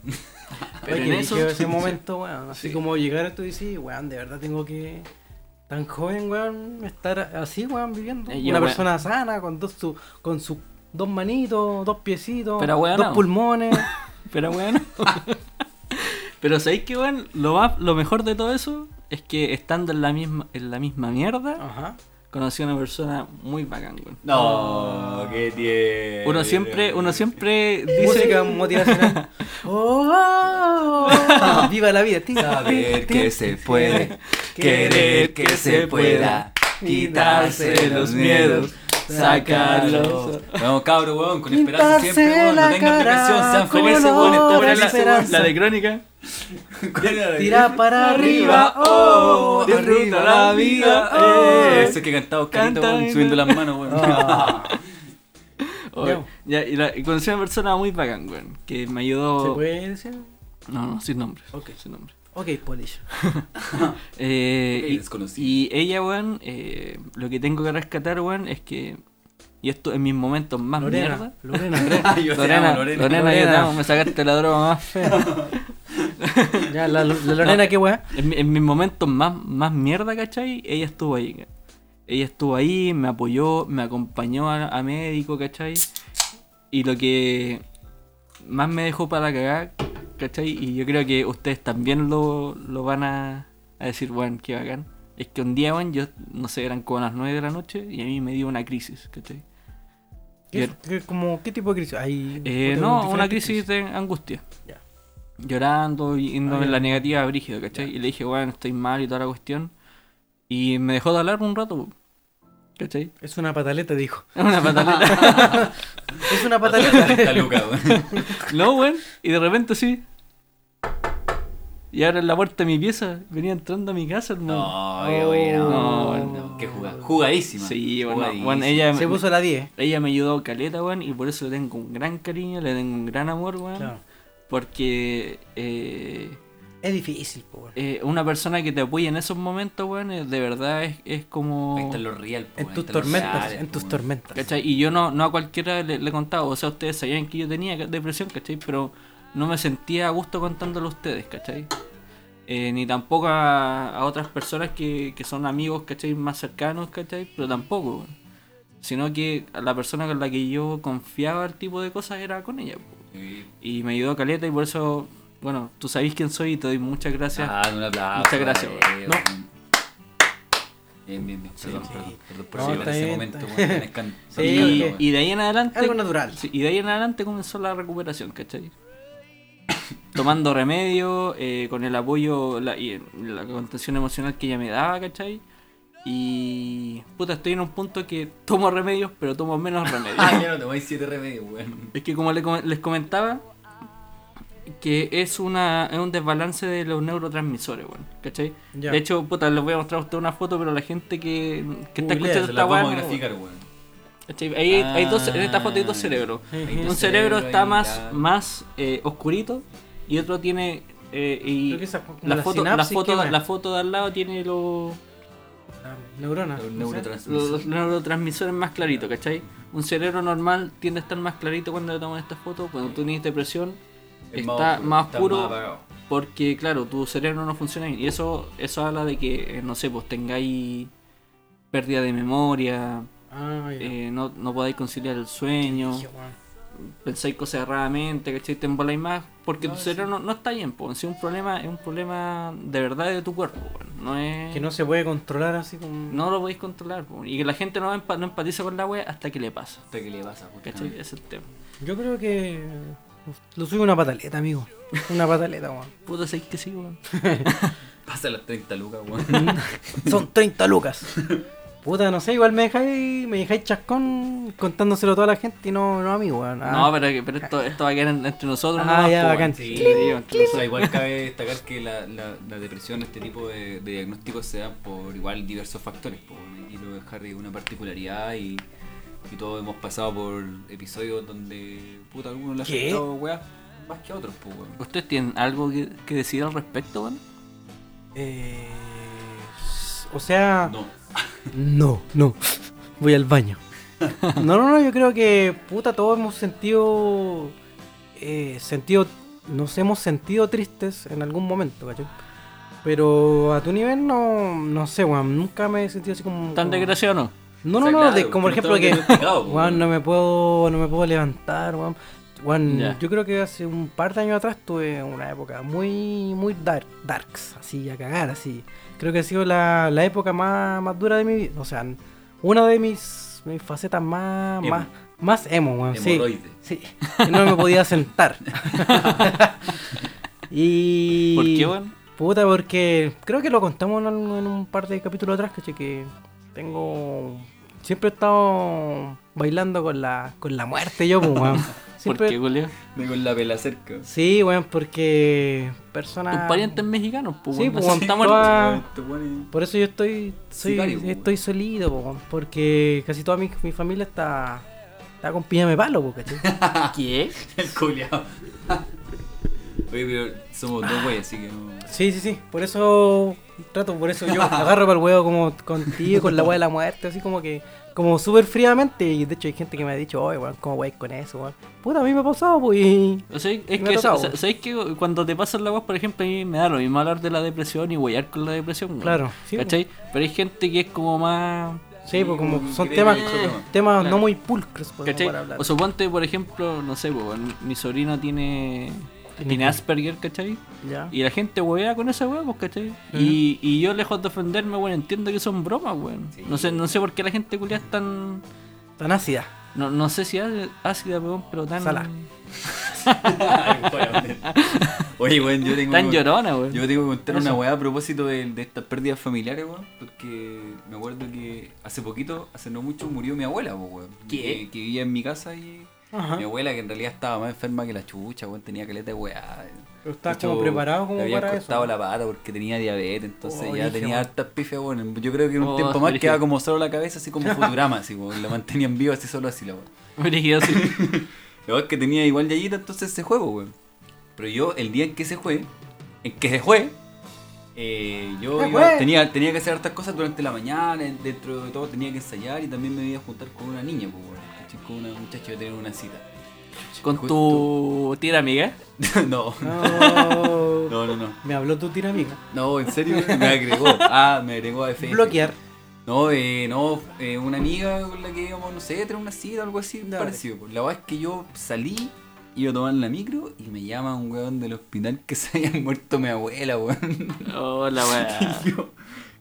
A: Pero
B: Oye,
A: en
B: que
A: eso-
B: dije, ese momento, weón, así
A: Sí.
B: como llegar a tú y decir, weón, de verdad tengo que, tan joven, weón, estar así, weón, viviendo.
A: Eh, yo,
B: Una
A: weón.
B: persona sana, con dos, su- con sus dos manitos, dos piecitos,
A: Pero, weón,
B: dos
A: no.
B: pulmones.
A: Pero bueno. Pero sabéis que, bueno, lo, más- lo mejor de todo eso es que estando en la misma, en la misma mierda,
B: Ajá.
A: conocí a una persona muy bacán, weón.
C: No, qué tierno.
A: Uno siempre, uno siempre dice.
B: Música motivacional. oh, oh, oh, viva la vida, tío.
C: Saber que se puede, querer que se pueda, quitarse los miedos, sacarlos. Vamos, cabro, weón, con esperanza
B: Pintarse
C: siempre, weón. No
B: la
C: tengan
B: cara
C: depresión, sean
B: con
C: felices, weón.
B: olor
C: Estamos
A: Ahora
C: en
B: a
A: la,
C: la
B: esperanza.
A: la de crónica.
B: Tira para arriba, oh,
C: disfruta la vida.
B: oh.
C: Eso que cantaba Oscarito,
A: Canta,
C: weón, subiendo las manos, weón.
B: Ah,
A: Oh,
B: Ya.
A: ya, y, la- y conocí a una persona muy bacán, weón. Que me ayudó.
B: ¿Se puede decir?
A: No, no, sin nombre.
B: Ok.
A: Sin nombre.
B: Ok, Polish.
A: Eh,
C: Ok,
A: y- eh,
C: desconocido.
A: y, ella, weón, eh, lo que tengo que rescatar, weón, es que Y esto en mis momentos más
B: Lorena,
A: mierda.
B: Lorena,
C: Ah, yo te
A: Lorena,
C: amo,
A: Lorena,
C: Lorena.
A: yo te
B: Lorena.
A: amo, me sacaste la droga más fea.
B: Ya, la, la Lorena, qué weá.
A: En, mi- en mis momentos más, más mierda, ¿cachai? Ella estuvo ahí. ca- Ella estuvo ahí, me apoyó, me acompañó a, a médico, ¿cachai? Y lo que más me dejó para cagar, ¿cachai? Y yo creo que ustedes también lo, lo van a, a decir, bueno, qué bacán. Es que un día, bueno, yo no sé, eran como las 9 de la noche y a mí me dio una crisis, ¿cachai? Y
B: ¿Qué,
A: era-
B: qué- como, ¿Qué tipo de crisis? Hay,
A: eh,
B: puta,
A: no,
B: diferentes
A: una crisis de angustia.
B: Ya.
A: Llorando y yendo
B: Ah,
A: en
B: ya.
A: la negativa brígida, ¿cachai? Y le dije, bueno, estoy mal y toda la cuestión. Y me dejó de hablar un rato, po. ¿cachai?
B: Es una pataleta, dijo.
A: Una pataleta.
B: Es una pataleta.
C: Está Luca, weón.
A: no, weón. Y de repente sí. Y ahora en la puerta de mi pieza venía entrando a mi casa, hermano. Oh,
C: No, qué bueno.
A: No,
B: no.
C: Qué jugada. Jugadísima.
A: Sí, bueno,
C: Jugadísima.
A: bueno, ella,
B: Se puso la 10.
A: ella me ayudó caleta, weón, y por eso le tengo un gran cariño, le tengo un gran amor, weón.
B: Claro.
A: Porque eh,
B: Es difícil, po, weón.
A: eh, una persona que te apoya en esos momentos, weón, eh, de verdad es, es como...
C: Ahí están los real, po,
B: En
C: weón,
B: tus
C: están los
B: tormentas,
C: reales,
B: en
C: po,
B: tus
C: weón.
B: tormentas.
A: ¿Cachai? Y yo no, no a cualquiera le, le contaba, o sea, ustedes sabían que yo tenía ca- depresión, ¿cachai? Pero no me sentía a gusto contándolo a ustedes, ¿cachai? Eh, ni tampoco a, a otras personas que, que son amigos, ¿cachai? Más cercanos, ¿cachai? Pero tampoco, weón. Sino que a la persona con la que yo confiaba el tipo de cosas era con ella. po.
C: Sí. ah,
A: Y me ayudó Caleta y por eso, bueno, tú sabéis quién soy y te doy muchas gracias.
C: Ah, un aplauso.
A: Muchas gracias,
C: para
A: weón.
C: ellos, weón. Bien, bien, bien. Perdón, perdón, perdón por
B: No,
C: llegar
B: está
C: a ese
B: bien,
C: momento,
B: está
C: weón. Me encanta.
B: Sí,
C: Me
A: y,
C: encanta, weón.
A: y de ahí en adelante...
B: Algo natural.
A: Sí, y de ahí en adelante comenzó la recuperación, ¿cachai? Tomando remedio, eh, con el apoyo la, y la contención emocional que ella me daba, ¿cachai? Y. Puta, estoy en un punto que tomo remedios, pero tomo menos
C: Ah,
A: remedios.
C: ya no tomáis siete remedios, weón.
A: es que, como le com- les comentaba, que es, una, es un desbalance de los neurotransmisores, weón, ¿cachai?
B: Ya.
A: De hecho, puta, les voy a mostrar a ustedes una foto, pero la gente que, que está
B: Googlea,
A: escuchando
C: Se la
A: esta weá
C: vamos a
A: no-
C: graficar, weón.
B: Ah,
A: ¿Cachai? Ahí hay- hay dos, en esta
C: Ah,
A: foto hay dos cerebros.
C: Hay
B: Ujú.
C: dos
A: Un cerebro está
C: ahí,
A: más,
C: ya.
A: más eh, oscurito y otro tiene. eh, y
B: Creo que esa fue como
A: la,
B: la
A: foto, la,
B: sinapsis
A: foto,
B: que va.
A: la foto de al lado tiene los,
B: Ah, Neurona.
C: Un
B: no sé.
C: neurotransmisor.
A: los neurotransmisores más claritos, ¿cachai? Un cerebro normal tiende a estar más clarito cuando le toman estas fotos. Cuando tú tienes depresión,
C: Es
A: está más oscuro.
C: apagado.
A: porque, claro, tu cerebro no funciona bien. Y eso, eso habla de que, eh, no sé, pues tengáis pérdida de memoria,
B: Ah, ya.
A: eh, no, no podáis conciliar el sueño.
B: Dije, weón.
A: pensáis cosas erradamente, ¿cachai? Te emboláis más porque
C: No,
A: tu
C: sí.
A: cerebro no, no está bien, po. Si es un problema, es un problema de verdad de tu cuerpo, weón. No es.
B: Que no se puede controlar así como.
A: no lo podéis controlar, po. Y que la gente no, empa- no empatiza con la wea hasta que le pasa.
C: Hasta que le pasa, puta.
B: Ah.
A: ¿Cachai? Ese es el tema.
B: Yo creo que. Lo suyo una pataleta, amigo. Una pataleta, weón.
A: Puta, sabéis que sí, weón.
C: Pasa las 30 lucas, weón.
B: Son 30 lucas. Puta, no sé, igual me dejáis, me dejáis chascón contándoselo a toda la gente y no, no a mí, weón. Ah,
A: No, pero, que- pero esto, esto va a quedar en- entre nosotros.
B: Ah,
A: nomás,
B: ya,
A: po, weón.
B: bacán.
A: Sí,
C: Sí,
A: te digo, entre
C: o
A: nosotros.
C: sea, igual cabe destacar que la, la, la depresión, este tipo de, de diagnósticos se dan por igual diversos factores. po. Y lo de Harry es una particularidad y, y todos hemos pasado por episodios donde puta algunos le ha
B: ¿Qué?
C: afectado weas más que a otros, po, weón.
A: ¿Ustedes tienen algo que, que decir al respecto, weón?
B: Eh, o sea.
C: No.
B: No, no. Voy al baño. No, no, no, yo creo que puta, todos hemos sentido. eh, sentido. Nos hemos sentido tristes en algún momento, ¿cachai? Pero a tu nivel no, no sé, weón. Nunca me he sentido así como.
A: ¿Tan
B: como-
A: desgraciado o no?
B: No, no,
C: O sea,
B: no.
C: claro,
B: de- como por
C: que no
B: ejemplo que.
C: estamos diagnosticados, po,
B: Weón,
C: weón.
B: no me puedo. No me puedo levantar, weón. Weón,
A: Ya.
B: yo creo que hace un par de años atrás tuve una época muy, muy dark, darks, así, a cagar, así. Creo que ha sido la, la época más, más dura de mi vida. O sea, una de mis, mis facetas más,
C: Emo.
B: más, más emo, weón. sí.
C: Hemorroide.
B: Sí, que no me podía sentar. y...
A: ¿Por qué, weón?
B: Puta, porque creo que lo contamos en, un- en un par de capítulos atrás, caché, que tengo... Siempre he estado bailando con la, con la muerte yo, pues, weón.
A: ¿Por qué,
B: Siempre...
A: Julio?
C: Me con la pela cerca.
B: Sí, weón, porque...
A: Tus
B: Personas...
A: parientes mexicanos, pues,
B: Sí,
A: weón.
B: pues,
A: Así
B: weón,
A: está
B: toda-
A: muerto.
C: Este weón
B: Por eso yo estoy soy,
C: Sicario, po,
B: estoy solido, po, weón, porque casi toda mi, mi familia está, está con piñame palo, po, ¿cachai?
A: ¿Qué?
C: es- El culiao. Oye, pero somos dos güeyes, así que no.
B: Sí, sí, sí. Por eso trato, por eso yo agarro para el huevo como contigo, con la hueá de la muerte, así como que, como súper fríamente. Y de hecho hay gente que me ha dicho, oye, weón, ¿cómo weón con eso, weón? Puta, a mí me ha pasado, pues. y-
A: O sea, es
B: Me ha
A: que,
B: tocado.
A: sa- sa- ¿sabes que cuando te pasan la voz, por ejemplo, a mí me da lo mismo hablar de la depresión y huear con la depresión? weón.
B: Claro, sí,
A: ¿Cachai? Pero hay gente que es como más.
B: Sí, pues
A: Mm,
B: como son
C: creo
B: temas,
C: que es otro tema.
B: temas
A: Claro.
B: no muy pulcros, podemos
A: ¿Cachai?
B: hablar.
A: O suponte, por ejemplo, no sé, po, mi sobrino tiene, tiene Asperger, ¿cachai?
B: Ya.
A: Y la gente huevea con esa hueá, pues, ¿cachai? Y, y yo, lejos de ofenderme, bueno, entiendo que son bromas, weón.
C: Sí.
A: No, sé, no sé por qué la gente culia es tan.
B: Tan ácida.
A: No, no sé si á- ácida, weón, pero tan.
B: Sala.
C: Oye, weón, yo tengo.
A: Tan
C: que-
A: llorona, weón.
C: Yo tengo que contar una
A: Eso.
C: weá a propósito de, de estas pérdidas familiares, weón. Porque me acuerdo que hace poquito, hace no mucho, murió mi abuela, po, weón. Que, que vivía en mi casa y.
B: Ajá.
C: Mi abuela, que en realidad estaba más enferma que la chucha, weón. Tenía caleta de weá.
B: Pero estabas
C: De hecho,
B: como preparado como
C: Le habían
B: para eso,
C: cortado
B: ¿no?
C: la pata porque tenía diabetes, entonces
B: Oh,
C: ya
B: brígido,
C: tenía
B: weón.
C: hartas pifias, weón. Yo creo que en un
A: Oh,
C: tiempo más
A: brígido.
C: quedaba como solo la cabeza, así como Futurama, así, weón. La mantenían viva así solo así, la weón.
A: Brígido, sí.
C: Lo es que tenía igual Yayita entonces ese juego, weón. Pero yo, el día en que se fue, en que se fue, eh, yo
B: Se
C: iba-
B: fue.
C: tenía, tenía que hacer hartas cosas durante la mañana, en- dentro de todo tenía que ensayar y también me iba a juntar con una niña, pues, weón. ¿cachai? Con una muchacha que tenía una cita.
A: Con tu tira amiga.
C: no,
B: No.
C: no, no, no.
B: Me habló tu tira amiga.
C: No, en serio, me agregó. Ah, me agregó a Facebook.
B: Bloquear.
C: No, eh, no, eh, una amiga con la que íbamos, no sé, tener una cita o algo así, parecido. po. La verdad es que yo salí, iba a tomar la micro y me llama un weón del hospital que se había muerto mi abuela, weón.
A: Hola, weá.
C: Y yo,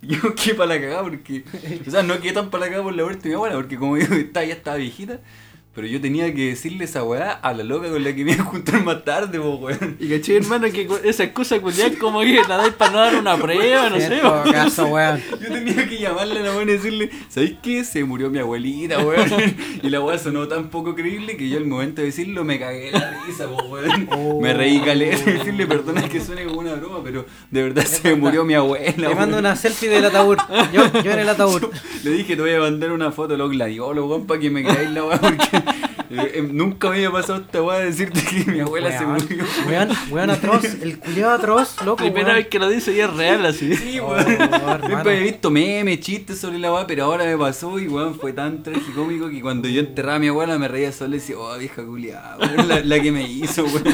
C: yo quedé para la cagada porque, o sea, no quedé tan para la cagada por la muerte de mi abuela, porque como digo, está, ya estaba viejita, pero yo tenía que decirle esa weá a la loca con la que me iba a juntar más tarde, po, weón.
A: Y caché, hermano, que cu- esa excusa culiar como que la dais para no dar una prueba, no sé,
B: Cierto
A: weón.
B: caso, weón.
C: Yo tenía que llamarle a la buena y decirle, ¿sabéis qué? Se murió mi abuelita, weón. Y la weá sonó tan poco creíble que yo al momento de decirlo me cagué la risa, po, weón.
B: Oh.
C: Me reí caleta y decirle, perdona que suene como una broma, pero de verdad se me
B: verdad.
C: murió mi abuela.
B: Te mando
C: weón".
B: una selfie del ataúd. Yo, yo en el ataúd.
C: Le dije, te voy a mandar una foto de los gladiolos, weón, para que me cagáis la weá, porque eh, eh, nunca me había pasado esta weá de decirte que mi abuela se murió.
B: Weón, weón atroz. El culiado atroz, loco.
A: Primera
B: weón.
A: vez que lo dice y es real así.
C: Sí,
B: Oh,
C: weón.
B: hermano.
C: Siempre he visto memes, chistes sobre la weá, pero ahora me pasó y weón fue tan tragicómico que cuando yo enterraba a mi abuela me reía solo y decía, oh vieja culiada, weón, la, la que me hizo, weón.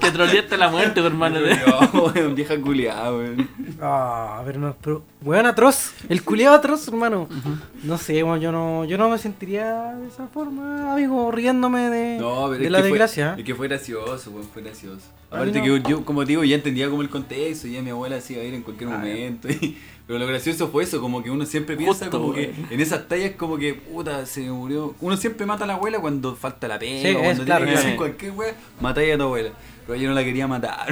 A: Que troleaste la muerte, hermano.
C: No, weón, vieja culiada, weón.
B: Ah, pero no, pero. Weón atroz. El culiado atroz, hermano. No sé, weón, yo no, yo no me sentiría de esa forma, amigo, riéndome de,
C: No, pero
B: de
C: es
B: la
C: que fue-
B: desgracia.
C: es que fue gracioso, weón, fue gracioso.
B: A
C: Aparte
B: mí
C: que
B: no.
C: yo, como te digo, ya entendía como el contexto, ya mi abuela se iba a ir en cualquier
B: Ah, ya.
C: momento. y- pero lo gracioso fue eso, como que uno siempre piensa
A: Justo,
C: como
A: weón.
C: que en esas tallas como que, puta, se me murió. Uno siempre mata a la abuela cuando falta la pega,
B: Sí, es,
C: cuando
B: claro,
C: tiene que hacer
A: claro.
C: cualquier wea, matáis a tu abuela. Pero yo no la quería matar.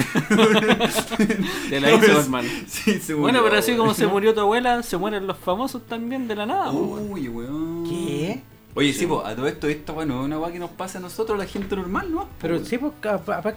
A: Te la hizo, hermano.
C: Sí, se murió,
A: Bueno, pero así
C: weón.
A: como se murió tu abuela, se mueren los famosos también de la nada, weón.
C: Uy, weón.
B: ¿Qué?
C: Oye, sí, po, a todo esto, esto, bueno, es una weá que nos pasa a nosotros, la gente normal, ¿no?
B: Pero sí, pues, apa- apa-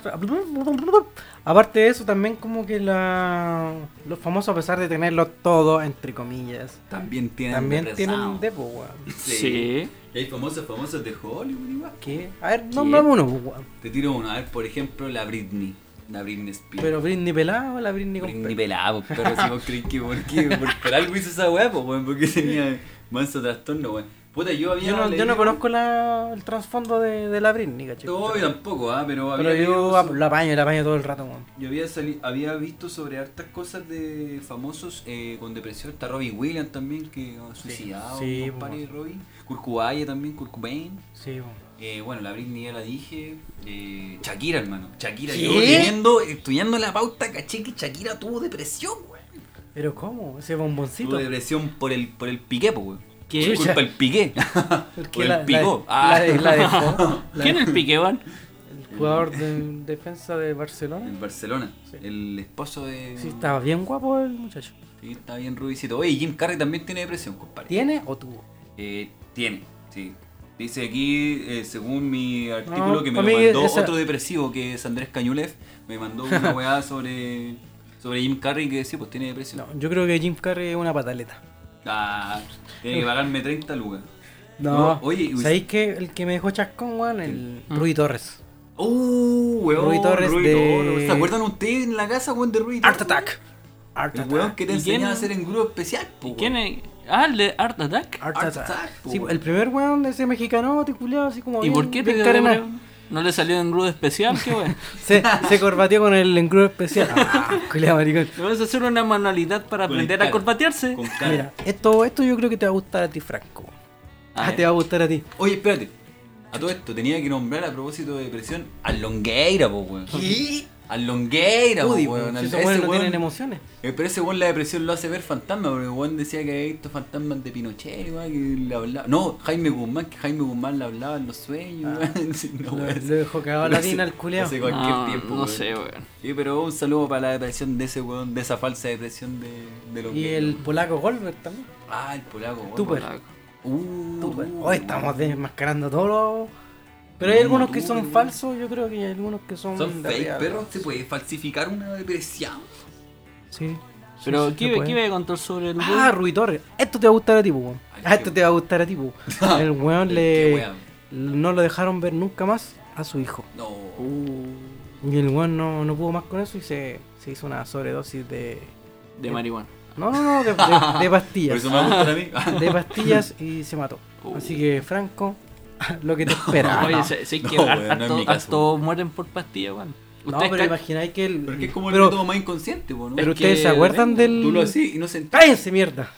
B: aparte de eso, también como que la, los famosos, a pesar de tenerlo todo, entre comillas,
C: También tienen
B: también
C: represado.
B: tienen un depo, weón.
A: Sí.
C: Y hay famosos, famosos de Hollywood igual.
B: ¿Qué? A ver, nombrame uno, pues, weón.
C: Te tiro uno, a ver, por ejemplo, la Britney. La Britney Spears.
B: Pero Britney pelado, la Britney con pelo.
C: Britney pelada, pues, perro, si vos creís que por qué, por, por algo hizo esa weá, pues, weón, porque tenía manso trastorno, weón. Puta, yo había
B: Yo no, yo
C: leído-
B: no conozco la, el trasfondo de, de la Britney, ¿cachai?
C: No, yo
B: pero,
C: tampoco, ah, pero había
B: pero yo
C: leído
B: ap-
C: so-
B: lo apaño, lo apaño todo el rato, weón.
C: Yo había, sali- había visto sobre hartas cosas de famosos eh, con depresión. Está Robbie Williams también, que ha suicidado.
B: sí,
C: Sí,
B: pues.
C: Robbie. Kurt Cobain también, Kurt Cobain.
B: Sí, weón.
C: Eh, bueno, la Britney ya la dije. Eh, Shakira, hermano. Shakira.
B: ¿Qué?
C: Yo leyendo, estudiando la pauta, caché que Shakira tuvo depresión, güey.
B: Pero ¿cómo? Ese
C: Tuvo
B: bomboncito.
C: depresión por el, por el piqué, pues, güey.
A: ¿Qué?
C: Por culpa el piqué.
B: ¿Por
C: por
B: qué
C: el
B: la, la, la,
C: picó. Ah.
B: la dejó? La-
A: ¿Quién es el pique, weón?
B: el jugador de defensa de Barcelona.
C: En Barcelona.
B: Sí.
C: El esposo de.
B: Sí, estaba bien guapo el muchacho.
C: Sí, está bien rubicito. Oye, Jim Carrey también tiene depresión, compadre.
B: ¿Tiene o tuvo?
C: Eh, tiene, sí. Dice aquí, eh, según mi artículo
B: No,
C: que me
B: pa'
C: lo
B: mí
C: mandó
B: esa-
C: otro depresivo que es Andrés Cañulev, me mandó una weá sobre, sobre Jim Carrey que sí, pues tiene depresión.
B: No, yo creo que Jim Carrey es una pataleta.
C: Ah, tiene que pagarme 30 lucas.
B: No,
C: No, oye, y-
B: ¿sabéis que el que me dejó chascón, weón? El Rui Torres.
C: ¡Uh, weón!
B: Rui Torres
C: Rui
B: de-
C: Torres. ¿Se acuerdan ustedes en la casa, weón, de Rui
B: Art
C: Torres?
B: Attack. Art
C: El weón que te
A: ¿Y quién?
C: enseñaba a hacer en grupo especial, po,
A: ¿Y
C: weón.
A: quién es? Ah, el de Art Attack.
B: Art
C: Art
B: Attack.
C: Attack, po,
B: Sí,
C: weón.
B: el primer weón de ese mexicano, te culiao, así como.
A: ¿Y
B: bien-
A: por qué te
B: bien
A: dio
B: carena.
A: de- ¿No le salió en rudo especial? ¿Qué weón?
B: Se, se corbateó con el engrudo especial. Ah, culiao, maricón.
A: ¿No vas a hacer una manualidad para
C: Con
A: aprender
C: el
A: a
C: cara.
A: corbatearse?
C: Con cara.
B: Mira, esto, esto yo creo que te va a gustar a ti, Franco.
A: Ah,
B: Ah,
A: ya.
B: te va a gustar a ti.
C: Oye, espérate. A todo esto tenía que nombrar a propósito de depresión al Longueira, po, weón.
B: ¿Qué?
C: Al Longueira, po,
B: Udi,
C: weón.
B: si
C: Al-
B: esos
C: ese
B: weones no
C: weón-
B: tienen emociones.
C: Eh, pero ese weón la depresión lo hace ver fantasma, porque el weón decía que había visto fantasmas de Pinochet, weón, que le hablaba. No, Jaime Guzmán, que Jaime Guzmán le hablaba en los sueños, weón. Sí, no,
B: Lo-
C: weón.
B: lo Ah. dejó cagado
C: Lo
B: la
C: hace-
B: tina al
C: lo
B: culiao.
C: hace cualquier
A: Ah,
C: tiempo,
A: no
C: weón.
A: sé, weón.
C: Sí, pero un saludo para la depresión de ese weón, de esa falsa depresión de, de los
B: Y
C: gays,
B: el
C: weón.
B: polaco Goldberg también.
C: Ah, el polaco, weón.
B: Tupper. Tú,
C: Uh, Tupper.
B: Hoy estamos desmascarando todo. Pero hay algunos que son
C: Tú,
B: falsos, yo creo que hay algunos que son.
C: ¿Son
B: de
C: fake
B: real.
C: perros? ¿Se puede falsificar una depresión?
B: Sí.
A: Pero,
B: Sí, sí,
A: ¿qué,
B: se
A: ve-
B: puede.
A: ¿qué voy a contar sobre el
B: Ah, Rui Torres. Esto te va a gustar a ti, po, weón.
C: Ay,
B: Ah, esto
C: qué-
B: te va a gustar a ti, po. El weón
C: Qué
B: le.
C: weón.
B: No lo dejaron ver nunca más a su hijo.
C: No.
B: Y el weón no, no pudo más con eso y se, se hizo una sobredosis de.
A: de marihuana?
B: No, no, no, de, de- de
C: Por
B: pastillas.
C: eso me va a gustar a mí. Ah,
B: De pastillas y se mató.
A: Uh.
B: Así que, Franco, lo que te espera.
A: Oye,
B: Ah, No.
A: sé, sé que
C: No,
A: har-
C: weón, no es
A: harto-
C: mi caso.
A: harto mueren por pastilla, weón.
B: No,
A: Ustedes
B: pero
A: ca-
B: imagináis que el.
C: Porque es como el
B: pero-
C: método más inconsciente, po, ¿no?
B: pero
A: es que-
B: ustedes se acuerdan del.
C: Tú lo haces y no sentás.
B: ¡Cállense, mierda!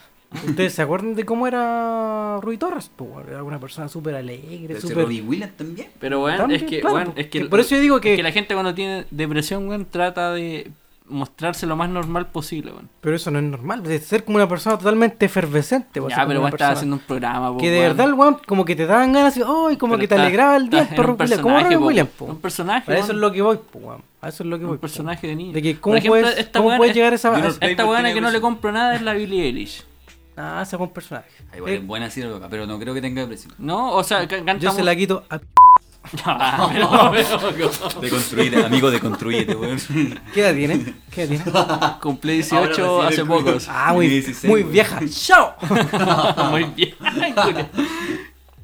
B: ¿Ustedes se acuerdan de cómo era Rui Torres? Pues, weón, era una persona súper alegre,
C: Pero
B: súper.
C: Robbie Williams también.
A: Pero, weón,
B: También,
A: es que,
B: claro,
A: weón, es que,
B: por eso yo digo que-
A: es la gente cuando tiene depresión, weón, trata de mostrarse lo más normal posible, weón.
B: Pero eso no es normal, de ser como una persona totalmente efervescente. pues,
A: Ya, pero
B: ser como
A: weón,
B: una
A: estaba
B: persona
A: haciendo un programa, po,
B: Que de
A: weón.
B: verdad el weón, como que te daban ganas, y oh, y como
A: Pero
B: que te
A: está-
B: alegraba el día,
A: está-
B: perro
A: era un
B: William. ¿Cómo
A: personaje,
B: Robin
A: po,
B: Williams? po?
A: Un personaje,
B: A eso es
A: weón.
B: lo que voy, po, weón. A eso es lo que voy.
A: Un
B: po.
A: personaje de niño.
B: De que,
A: Por
B: ¿cómo
A: ejemplo,
B: puedes-
A: esta
B: cómo
A: weona-
B: puedes llegar a esa
A: esta-
B: base?
A: Esta weona que no
C: Tiene
A: le compro nada es la Billie Eilish.
B: Ah, sacó un personaje. Eh,
C: Ah, igual es buena así, loca, pero no creo que tenga depresión.
A: No, o sea, ca- canta
B: Yo se
A: mu-
B: la quito a.
A: Ah, pero- pero-
C: Deconstruite, amigo, deconstruyete, weón.
B: ¿Qué edad tiene? ¿Qué edad tiene?
A: Cumplí 18
C: Ahora
A: hace
C: recién
A: poco.
B: Ah, muy,
C: 16,
B: muy
C: weón.
B: vieja. ¡Chao!
A: Muy bien. Julio.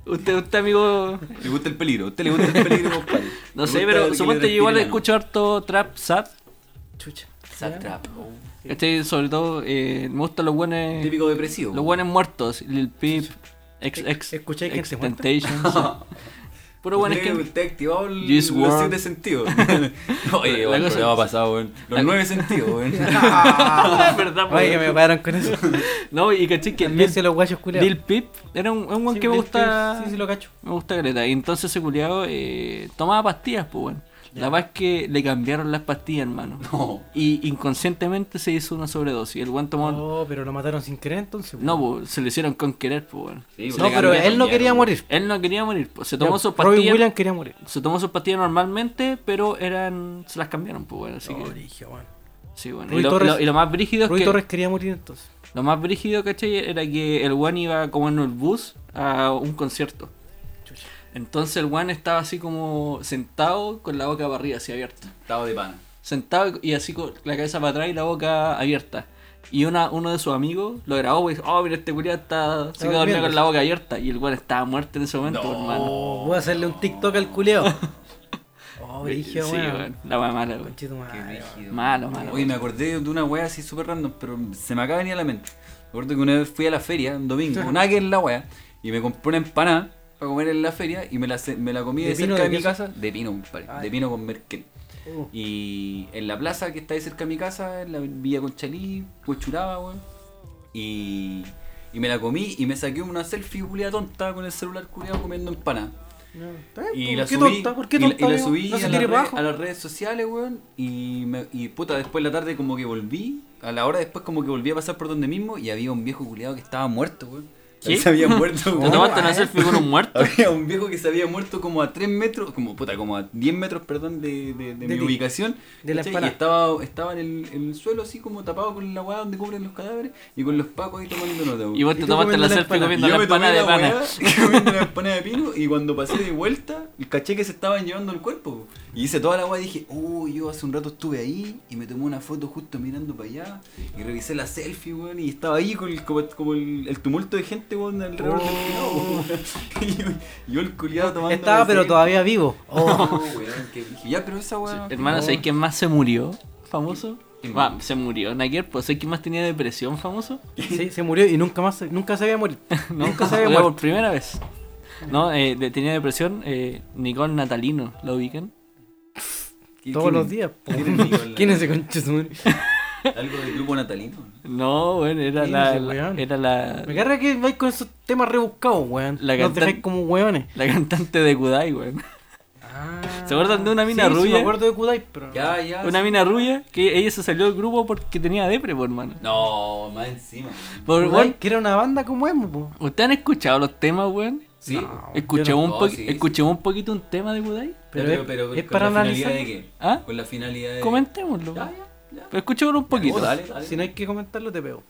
A: Usted, usted amigo,
C: ¿Le gusta el peligro? ¿A usted le gusta el peligro, compadre?
A: no sé, pero supongo que yo igual escucho harto trap sad.
B: Chucha.
C: Satrap.
A: ¿cachai? Sobre todo, eh, me gustan los buenos.
C: Típico depresivo.
A: Los buenos muertos. Lil Peep, ex, ex,
B: ¿Escucháis gente muerta?
A: Temptation. Pero bueno, es que.
C: Usted ha activado el-
A: Juice
C: los
A: WRLD.
C: siete sentidos. Oye,
A: La
C: weón, el
A: cosa-
C: programa pasado, weón. Los nueve sentidos, weón.
A: Ah, verdad,
B: Oye, que me
A: po.
B: pagaron con eso.
A: No, y caché que Lil,
B: Envíense los guachos culiados.
A: Lil Peep era un, un
B: Sí,
A: buen que me
B: Lil
A: gusta.
B: Peep, Sí, sí, lo cacho.
A: Me gusta Greta. Y entonces ese culiado tomaba pastillas, pues bueno. La verdad es que le cambiaron las pastillas, hermano.
C: No.
A: Y inconscientemente se hizo una sobredosis. El buen tomó.
B: No, Oh, pero lo mataron sin querer entonces.
A: No, pues se lo hicieron con querer, pues bueno.
C: Sí,
B: No,
C: le
B: pero
C: cambiaron,
B: él no quería
C: cambiaron.
B: morir.
A: Él no quería morir, pues. Se tomó
B: Ya,
A: sus
B: Robin
A: pastillas.
B: Williams quería morir.
A: Se tomó sus pastillas normalmente, pero eran. se las cambiaron, pues bueno. Así que. Sí, bueno.
B: Oh, Rui
A: Y lo,
B: Torres-
A: lo- y lo más brígido es
B: Rui
A: que-
B: Torres quería morir entonces.
A: Lo más brígido, ¿cachai? Era que el Juan iba como en el bus a un concierto. Entonces el Juan estaba así como sentado con la boca para arriba, así abierta.
C: Estado de pana.
A: Sentado y así con la cabeza para atrás y la boca abierta. Y una, uno de sus amigos lo grabó y dijo, oh, mira, este culiado está... se quedó dormido
B: durmiendo.
A: con la boca abierta. Y el Juan estaba muerto en ese momento,
C: No.
A: hermano.
B: Voy a hacerle un TikTok al culeo. Oh,
A: sí,
B: brillo,
A: weón. La wea mala, weón.
C: Qué brígido.
A: Ah, Malo, malo.
C: Oye, me acordé de una wea así súper random, pero se me acaba de venir a la mente. Me acuerdo que una vez fui a la feria, un domingo,
B: Ajá.
C: nada que en la wea, y me compré una empanada para comer en la feria y me la, ce- me la comí
B: ¿De
C: de,
B: pino o de
C: cerca de mi
B: queso?
C: casa, de pino, compadre,
B: Ah,
C: de
B: ya. Uh.
C: pino con merquén. Uh. Y en la plaza que está ahí cerca de mi casa, en la Villa Conchalí, Pochuraba, weón. Y, y me la comí y me saqué una selfie culia tonta con el celular culiado comiendo empanada. Y la
B: ¿Por qué
C: subí,
B: tonta? pues, ¿Por qué
C: y la-
B: tonta?
C: y la
B: amigo?
C: subí
B: no se
C: a,
B: tire
C: las
B: para abajo.
C: redes- a las redes sociales, weón. Y, me- y puta, después de la tarde como que volví, a la hora después como que volví a pasar por donde mismo y había un viejo culiado que estaba muerto, weón.
A: ¿Qué?
C: Se había muerto,
A: ¿Te
C: weón.
A: tomaste una selfie con un muerto?
C: Había un viejo que se había muerto como a 3 metros, como puta, como a 10 metros, perdón, de, de- de mi
B: ti.
C: ubicación.
B: De la
C: ¿cachai? y
B: empanada.
C: estaba, estaba en, el, en el suelo así como tapado con la weá donde cubren los cadáveres y con los pacos ahí tomando nota, weón.
A: Y vos
B: Y
A: te
B: tú
A: tomaste la
B: comiendo la
A: selfie
B: empanada.
A: comiendo
C: Yo
A: la
C: me tomé
A: empanada de
C: la
A: pana.
C: weá, comiendo la empanada de pino y cuando pasé de vuelta y caché que se estaban llevando el cuerpo. Y hice toda la agua y dije, oh, yo hace un rato estuve ahí y me tomé una foto justo mirando para allá y revisé la selfie, weón, y estaba ahí con el, como, como el, el tumulto de gente, weón, alrededor
A: Oh.
C: del final, weón. Y yo, yo el culiado tomando.
B: Estaba pero todavía vivo.
C: Oh, weón, que dije, ya, pero esa weón.
A: Hermano, ¿sabéis quién más se murió? ¿Famoso? Va, se murió Naguer, pues ¿sabéis quién más tenía depresión famoso?
B: Sí, se murió y nunca más, se- nunca se había morir.
A: No,
B: Nunca se había
A: murió
B: muerto.
A: por primera vez. No, eh, de- tenía depresión eh, Nicole Natalino, ¿la ubican?
C: ¿Qué-
B: Todos
C: quién-
B: los días. po.
C: quién es Nicolás?
B: ¿Quién es ese conche su madre?
C: Algo del grupo natalino. ¿no?
A: No, bueno, era
B: Sí,
A: la,
B: ese
A: la-
B: weón.
A: era la,
B: Me carga que vais con esos temas rebuscados, weón.
A: La
B: Los
A: cantan-
B: dejáis como weones.
A: la cantante de Kudai, weón. ¿Se acuerdan de una mina
B: Sí, sí,
A: rubia?
B: me acuerdo de Kudai, pero.
C: Ya, ya.
A: Una
C: sí.
A: mina rubia que ella se salió del grupo porque tenía depre, por hermano.
C: No, más encima. weón.
A: Por,
B: Kudai,
A: weón,
B: que era una banda como emo, po.
A: ¿Ustedes han escuchado los temas, weón?
C: Sí.
B: No.
A: Escuchemos,
C: yo no.
A: un, poqui-
C: No, sí, sí.
A: escuchemos un poquito un tema de Kudai.
B: Pero,
C: Ya,
B: es, es
C: ¿con
B: para
C: la finalidad
B: analizar.
C: de qué?
A: ¿Ah?
C: Con la finalidad de.
A: Comentémoslo.
C: Ya,
A: weón.
C: ya, ya.
A: Pero escuchémoslo un poquito.
C: Oh, dale, dale.
B: Si no hay que comentarlo, te pego.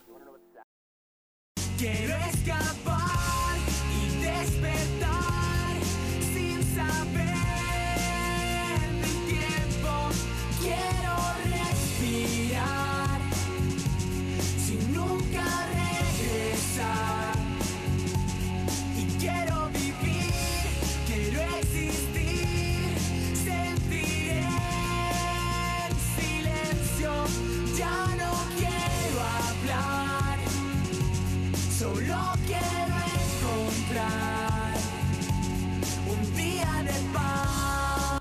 D: Quiero escapar y despertar sin saber mi tiempo. Quiero respirar sin nunca regresar. Y quiero vivir, quiero existir, sentiré el silencio. Ya no quiero hablar. Solo quiero encontrar un día de paz.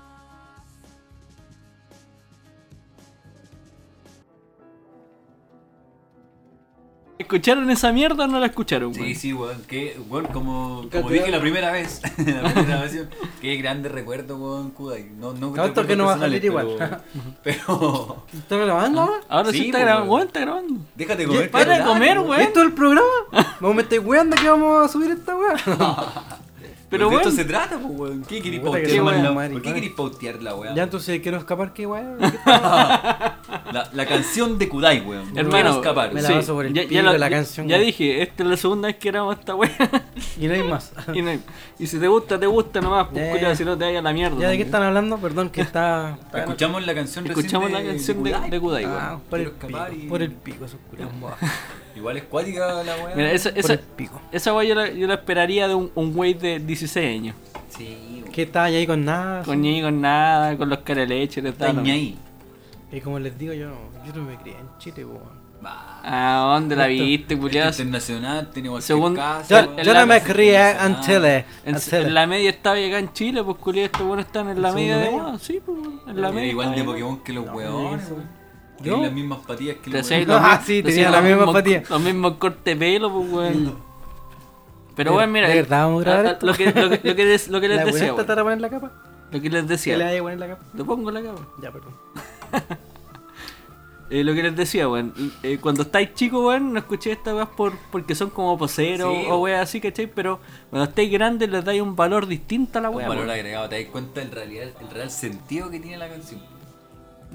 A: ¿Escucharon esa mierda o no la escucharon, weón?
C: Sí, sí, weón. Que, weón, como, como
B: Cantidad.
C: dije la primera vez, la primera vez, qué grande recuerdo, weón, Kudai. No, no,
B: Tanto
C: recuerdos
B: que no va a
C: personales,
B: salir igual.
C: Pero, pero
B: ¿Está grabando ahora?
A: Ah, Ahora sí,
C: Sí,
A: está
C: pues,
A: grabando,
C: weón.
A: weón, está grabando.
C: déjate
A: Ya,
C: comer.
A: para de
C: carnal,
A: comer, weón.
B: ¿Esto es el programa? ¿No me estáis weando que vamos a subir esta weá?
A: Pero
C: Pero de
A: weón,
C: esto se trata, po, weón. ¿Qué queréis
B: Puta que
A: se
C: pautear la
B: llama
C: ¿Por qué
B: maricón.
C: queréis pautear la weá?
B: ya, entonces quiero escapar, qué weá.
C: La, la canción de Kudai, weón.
A: Hermano,
C: Quiero escapar.
B: me la
A: sí,
B: paso por el
A: ya, ya
B: pico
A: lo-
B: la
A: ya-
B: canción,
A: Ya
B: weón.
A: dije, esta es la segunda vez que grabamos esta weón.
B: Y no hay más.
A: y, no hay- y si te gusta, te gusta nomás, pues
B: Ya,
A: culiao,
B: ya.
A: si no te vayas a la mierda.
B: ¿Ya de qué
A: también.
B: están hablando? Perdón, que está.
C: Escuchamos la canción recién
A: Escuchamos la
C: de-
A: canción de,
C: Kudai.
A: de Kudai, weón.
B: Ah, por el
C: Quiero escapar
B: pico.
C: y-
B: Por el pico, esos culiados mojados.
C: Igual es cuática la weá.
A: Mira, esa,
B: Por
A: esa,
B: el pico.
A: esa weá yo la, yo la esperaría de un, un güey de 16 años.
C: Sí, weón.
B: Que estaba ahí con nada.
A: Con ñi, con nada, con los careleches, le
C: Está
A: tal.
C: ñaí.
B: Y como les digo, yo no, yo no me crié en Chile, weón.
C: Va.
A: ¿A Ah, dónde la
B: Esto-
A: viste, culiado?
C: Este internacional, tiene cualquier
A: Según-
C: caso,
A: Ya-
B: Yo,
A: en
B: yo
A: la
B: no me
A: canción
B: crié en
C: internacional.
B: Chile.
A: En,
B: En Chile.
A: en la media estaba acá en Chile, pues culiado, estos buenos están en la
B: Ah, ¿En
A: media
B: segundo
A: de
B: medio?
A: moda. Sí, pues en la
C: Era
A: media.
C: igual de
A: estaba,
C: Pokémon que los
B: no,
C: huevones,
B: no,
C: weón.
B: no.
C: Tienen
B: ¿Yo?
C: las mismas patillas
A: Te
C: que los
A: hacías
C: huevones.
B: lo-
A: los
B: Ah,
A: mismos-
B: sí,
A: te
B: tenía
A: hacías
B: la
A: los
B: misma
A: mismos
B: empatía.
A: cor- Los mismos corte pelo, pues weón. Pero
B: ¿De-
A: bueno, mira.
B: de verdad vamos a grabar
A: ah, ah,
B: esto?
A: Lo que, lo que, lo que des- lo que
B: ¿La
A: les
B: weá
A: decía,
B: está
A: weón.
B: para poner la capa?
A: Lo que les
B: ¿Qué le
A: decía.
B: hay que poner la capa?
A: Lo pongo la cama.
B: Ya, perdón.
A: Eh, lo que les decía, weón. eh, cuando estáis chicos, weón, no escuché estas weas por, porque son como poseros
C: Sí,
A: o
C: weón.
A: weas así, ¿cachai? Pero cuando estáis grandes les dais un valor distinto a la
C: Un
A: wea.
C: valor
A: weón.
C: agregado, te das cuenta del realidad, el real sentido que tiene la canción.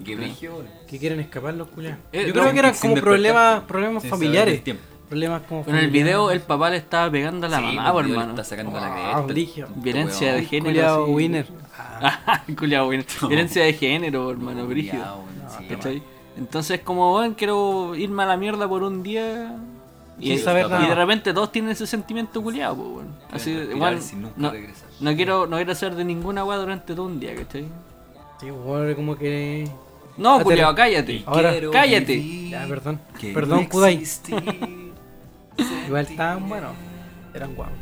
C: Qué brillo, weón.
B: Que quieren escapar los culiados.
A: Eh,
B: Yo
A: no,
B: creo que eran
C: sin
B: como
C: despertar.
B: problemas, problemas
C: Sin saber
B: familiares.
C: del tiempo.
B: Problemas como
A: Pero en el
B: familiares.
A: video el papá le estaba pegando a la
C: Sí,
A: mamá,
B: pues,
C: weón,
A: weón,
C: le
A: hermano.
C: Está sacando la
B: Ah,
C: cresta.
B: brillo.
C: tonto,
A: Violencia
C: weón.
A: de género.
B: Culiao
A: así.
B: winner.
A: Ah, culiao winner. Violencia de género, hermano,
C: Culiao,
A: brígido.
C: weón, sí,
A: ¿Cachai? Entonces, como, weón, quiero irme a la mierda por un día. Y,
B: Sin saber
A: y
B: nada.
A: de repente todos tienen ese sentimiento culiado, pues, weón. Así,
C: respirar
A: weón,
C: sin nunca
A: no,
C: regresar.
A: no quiero, no quiero ser de ninguna weá durante todo un día, ¿cachai?
B: Sí, weón, como que.
A: No,
B: Cállate.
A: culiao, cállate.
B: Ahora-
C: Quiero
A: cállate.
C: vivir,
B: Ya, perdón.
C: que no
B: Perdón, Kudai.
C: existir,
B: Igual estaban buenos. Eran guapos.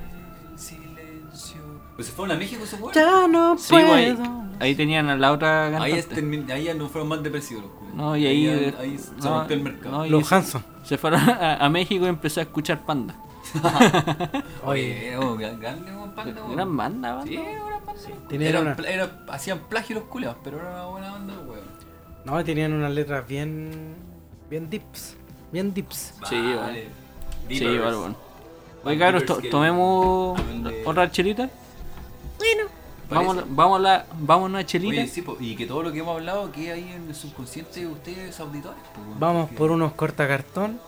C: silencio. Pues se fueron a México esos weones.
B: Ya no
A: Sí, güey. Ahí tenían a la otra
C: Pues. Ahí,
A: cantante.
C: es termin- ahí ya no fueron más depresivos los culos.
A: No, y ahí.
C: ahí, ahí se
A: no,
C: rompió el mercado.
A: no, y
B: Los
A: se-
B: Hanson.
A: Se fueron a, a México y empezó a escuchar panda.
B: Oye. eh,
C: Oye, oh, gran- grande, weón, panda, weón.
A: Gran banda, banda.
C: Sí, era una banda.
B: Tenían
C: Eran
B: una-
C: pla- era- hacían plagio los culiados, pero era una buena banda, weón.
B: No, tenían unas letras bien. bien dips. Bien dips.
A: Sí, weón. Sí,
C: Deepers.
A: igual, bueno. Oye,
C: Van
A: cabros,
C: Deepers
A: to-
C: que-
A: tomemos
C: Donde-
A: otra chelita.
C: Parece.
A: Vamos, vamos a la, vamos a una chelita.
C: Oye, sí, po, y que todo lo que hemos hablado quede ahí en el subconsciente de ustedes, auditores. po, weón.
B: Vamos
C: Que-
B: por unos cortacartón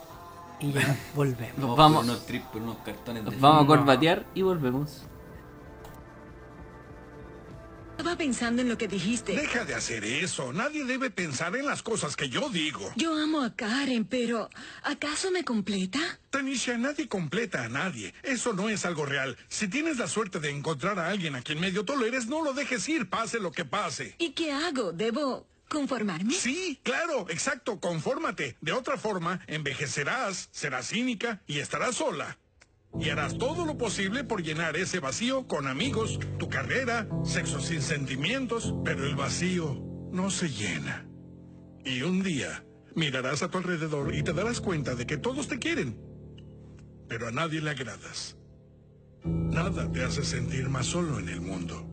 B: y ya volvemos.
C: Vamos,
A: Vamos.
C: por unos trips, por unos cartones de
A: Nos vamos a
C: film.
A: corbatear y volvemos.
E: Estaba pensando en lo que dijiste.
F: Deja de hacer eso. Nadie debe pensar en las cosas que yo digo.
E: Yo amo a Karen, pero ¿acaso me completa?
F: Tanisha, nadie completa a nadie. Eso no es algo real. Si tienes la suerte de encontrar a alguien a quien medio toleres, no lo dejes ir, pase lo que pase.
E: ¿Y qué hago? ¿Debo conformarme?
F: Sí, claro, exacto, confórmate. De otra forma, envejecerás, serás cínica y estarás sola. Y harás todo lo posible por llenar ese vacío con amigos, tu carrera, sexo sin sentimientos, pero el vacío no se llena. Y un día mirarás a tu alrededor y te darás cuenta de que todos te quieren, pero a nadie le agradas. Nada te hace sentir más solo en el mundo.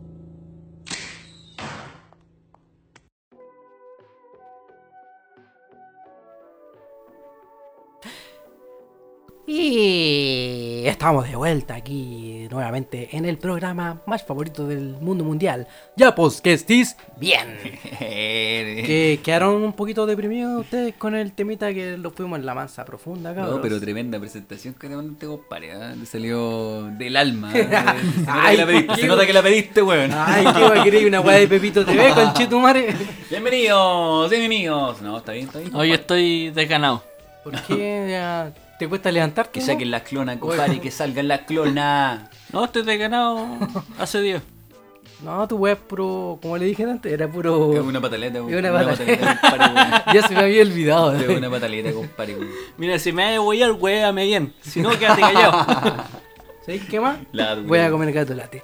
B: Y estamos de vuelta aquí nuevamente en el programa más favorito del mundo mundial. Ya pues, que estés bien.
C: Eh,
B: que quedaron un poquito deprimidos ustedes con el temita que lo fuimos en la mansa profunda, cabros.
C: No, pero tremenda presentación que te mandaste, compadre. ¿eh? Le salió del alma. ¿eh? Se nota,
B: Ay,
C: que, la pediste,
B: qué Ah.
C: se nota que la pediste, weón.
B: Ay, qué va a querer una weá de Pepito TV con Chetumare.
C: Bienvenidos, bienvenidos. No, está bien, está bien.
A: Hoy estoy desganado.
B: ¿Por qué ya te cuesta levantarte?
C: Que
B: no?
C: saquen las clonas, compadre, que salgan las clonas.
A: No, estoy desganado hace días.
B: No, tu weá es puro, como le dije antes, era
C: Es
B: puro.
C: una pataleta, weón.
B: Es una
C: pataleta,
B: Ya se me había olvidado.
C: compadre, weón. Es una pataleta, compadre, weón.
A: Mira, si me vas a huear, hueame bien. Si no, quédate callado.
B: ¿Sabes qué más?
C: La
B: Voy a
C: dura. Ah,
B: comer gato late.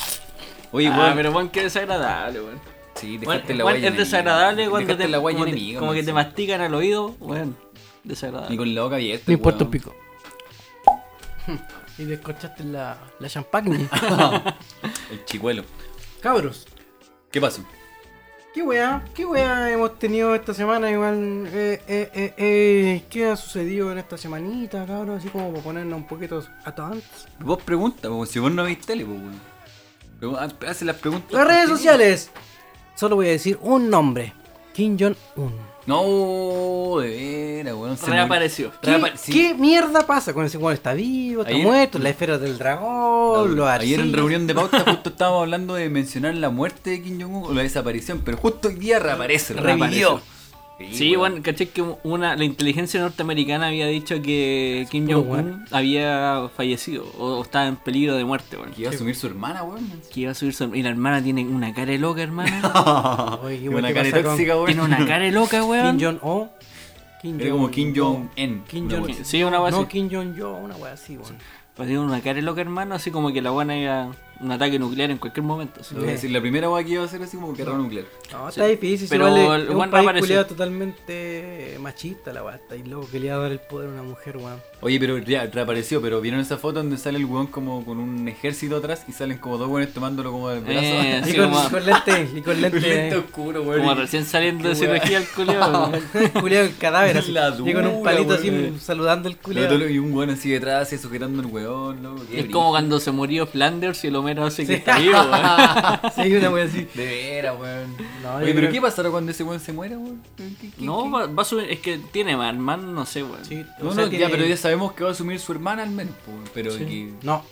C: Oye,
A: ah,
C: weón.
A: pero Juan, qué desagradable, weón.
C: Sí,
A: Bueno,
C: dejaste la
A: bueno,
C: guaya
A: es desagradable
C: enemiga.
A: cuando te,
C: Dejaste la guaya
A: como, te-
C: enemiga. pues,
A: como que te
C: man.
A: mastican al oído, bueno,
C: Y
A: desagradable.
C: con la boca abierta.
B: No importa un
C: weón.
B: pico. Y descorchaste la, la champagne.
C: El chicuelo.
B: Cabros,
C: ¿Qué pasó?
B: qué weá, qué weá hemos tenido esta semana igual. Eh, eh, eh, eh, ¿Qué ha sucedido en esta semanita, cabros? Así como para ponernos un poquito a tantos.
C: Vos pregunta, po, si vos no veis tele, po, weón. Pero ha- Hace las preguntas.
B: Las redes
C: pertinentes.
B: sociales. Solo voy a decir un nombre. Kim Jong-un.
C: No, de veras, weón. se
A: Reapareció.
C: murió.
B: ¿Qué,
C: Reapare- sí.
B: qué mierda pasa con ese weón? ¿Está vivo? ¿Está
C: Ayer-
B: muerto? ¿La esfera del
C: No,
B: dragón? ¿Lo
C: ayer en
B: arcilla?
C: reunión de pauta justo estábamos hablando de mencionar la muerte de Kim Jong-un o la desaparición, pero justo hoy día reaparece, revivió.
A: Sí, bueno, caché que una, la inteligencia norteamericana había dicho que Kim
B: puro
A: Jong-un había fallecido o, o estaba en peligro de muerte, weón.
C: Que iba a asumir su hermana, weón.
A: Que iba a subir su- Y la hermana tiene una cara de loca, hermana.
B: Oye, qué
C: Tiene
B: weón,
C: una
B: ¿qué
C: cara
B: pasa con
C: tóxica, weón.
A: tiene una cara de loca,
B: Kim
A: weón.
B: Jong-o. Kim
C: Era como
B: Jong-
C: Kim Jong-en.
B: Kim
C: una
B: Jong-
C: weón así.
A: Sí, una weá
B: No,
A: así.
B: Kim Jong-yo, una wea así, weón.
A: Pues tiene una cara de loca, hermano, así como que la buena era un ataque nuclear en cualquier momento. así.
C: Lo voy a decir, La primera weá que iba a hacer así como guerra nuclear.
B: No, está difícil,
A: Pero
B: pero
A: el
B: vale, es
A: weón
B: un país
A: reapareció.
B: culiado totalmente machista la weá, está ahí loco que le iba a dar el poder a una mujer, weón.
C: Oye, pero ya reapareció, pero vieron esa foto donde sale el weón como con un ejército atrás y salen como dos weones tomándolo como del brazo.
A: Eh,
B: Y
A: Sí,
B: con,
A: como-
B: y con lente, y con
C: Un lente
B: lente.
C: oscuro,
A: Como
C: weón.
A: recién saliendo de
C: Qué weá.
A: cirugía el culiao, weón.
B: culiado el cadáver, así.
C: La
B: y con
C: dura,
B: un palito
C: weón.
B: así saludando el
C: Lo otro-
B: culiado.
C: Y un weón así detrás, así sujetando el weón, loco. qué
A: Es
C: brillo.
A: como cuando se murió Flanders y el Homero hace que está vivo, weón.
B: sí, una wea así.
C: De veras, weón.
B: No,
C: Oye,
B: yo
C: pero
B: creo-
C: ¿qué pasará cuando ese weón se muera, weón? ¿Qué- qué-
A: No,
C: qué?
A: va, va a subir, es que tiene Batman, no sé, weón.
B: Sí,
C: No,
B: o sea,
C: no,
B: tiene-
C: ya, pero ya sabemos que va a asumir su hermana al menos, po, pero que...
B: No,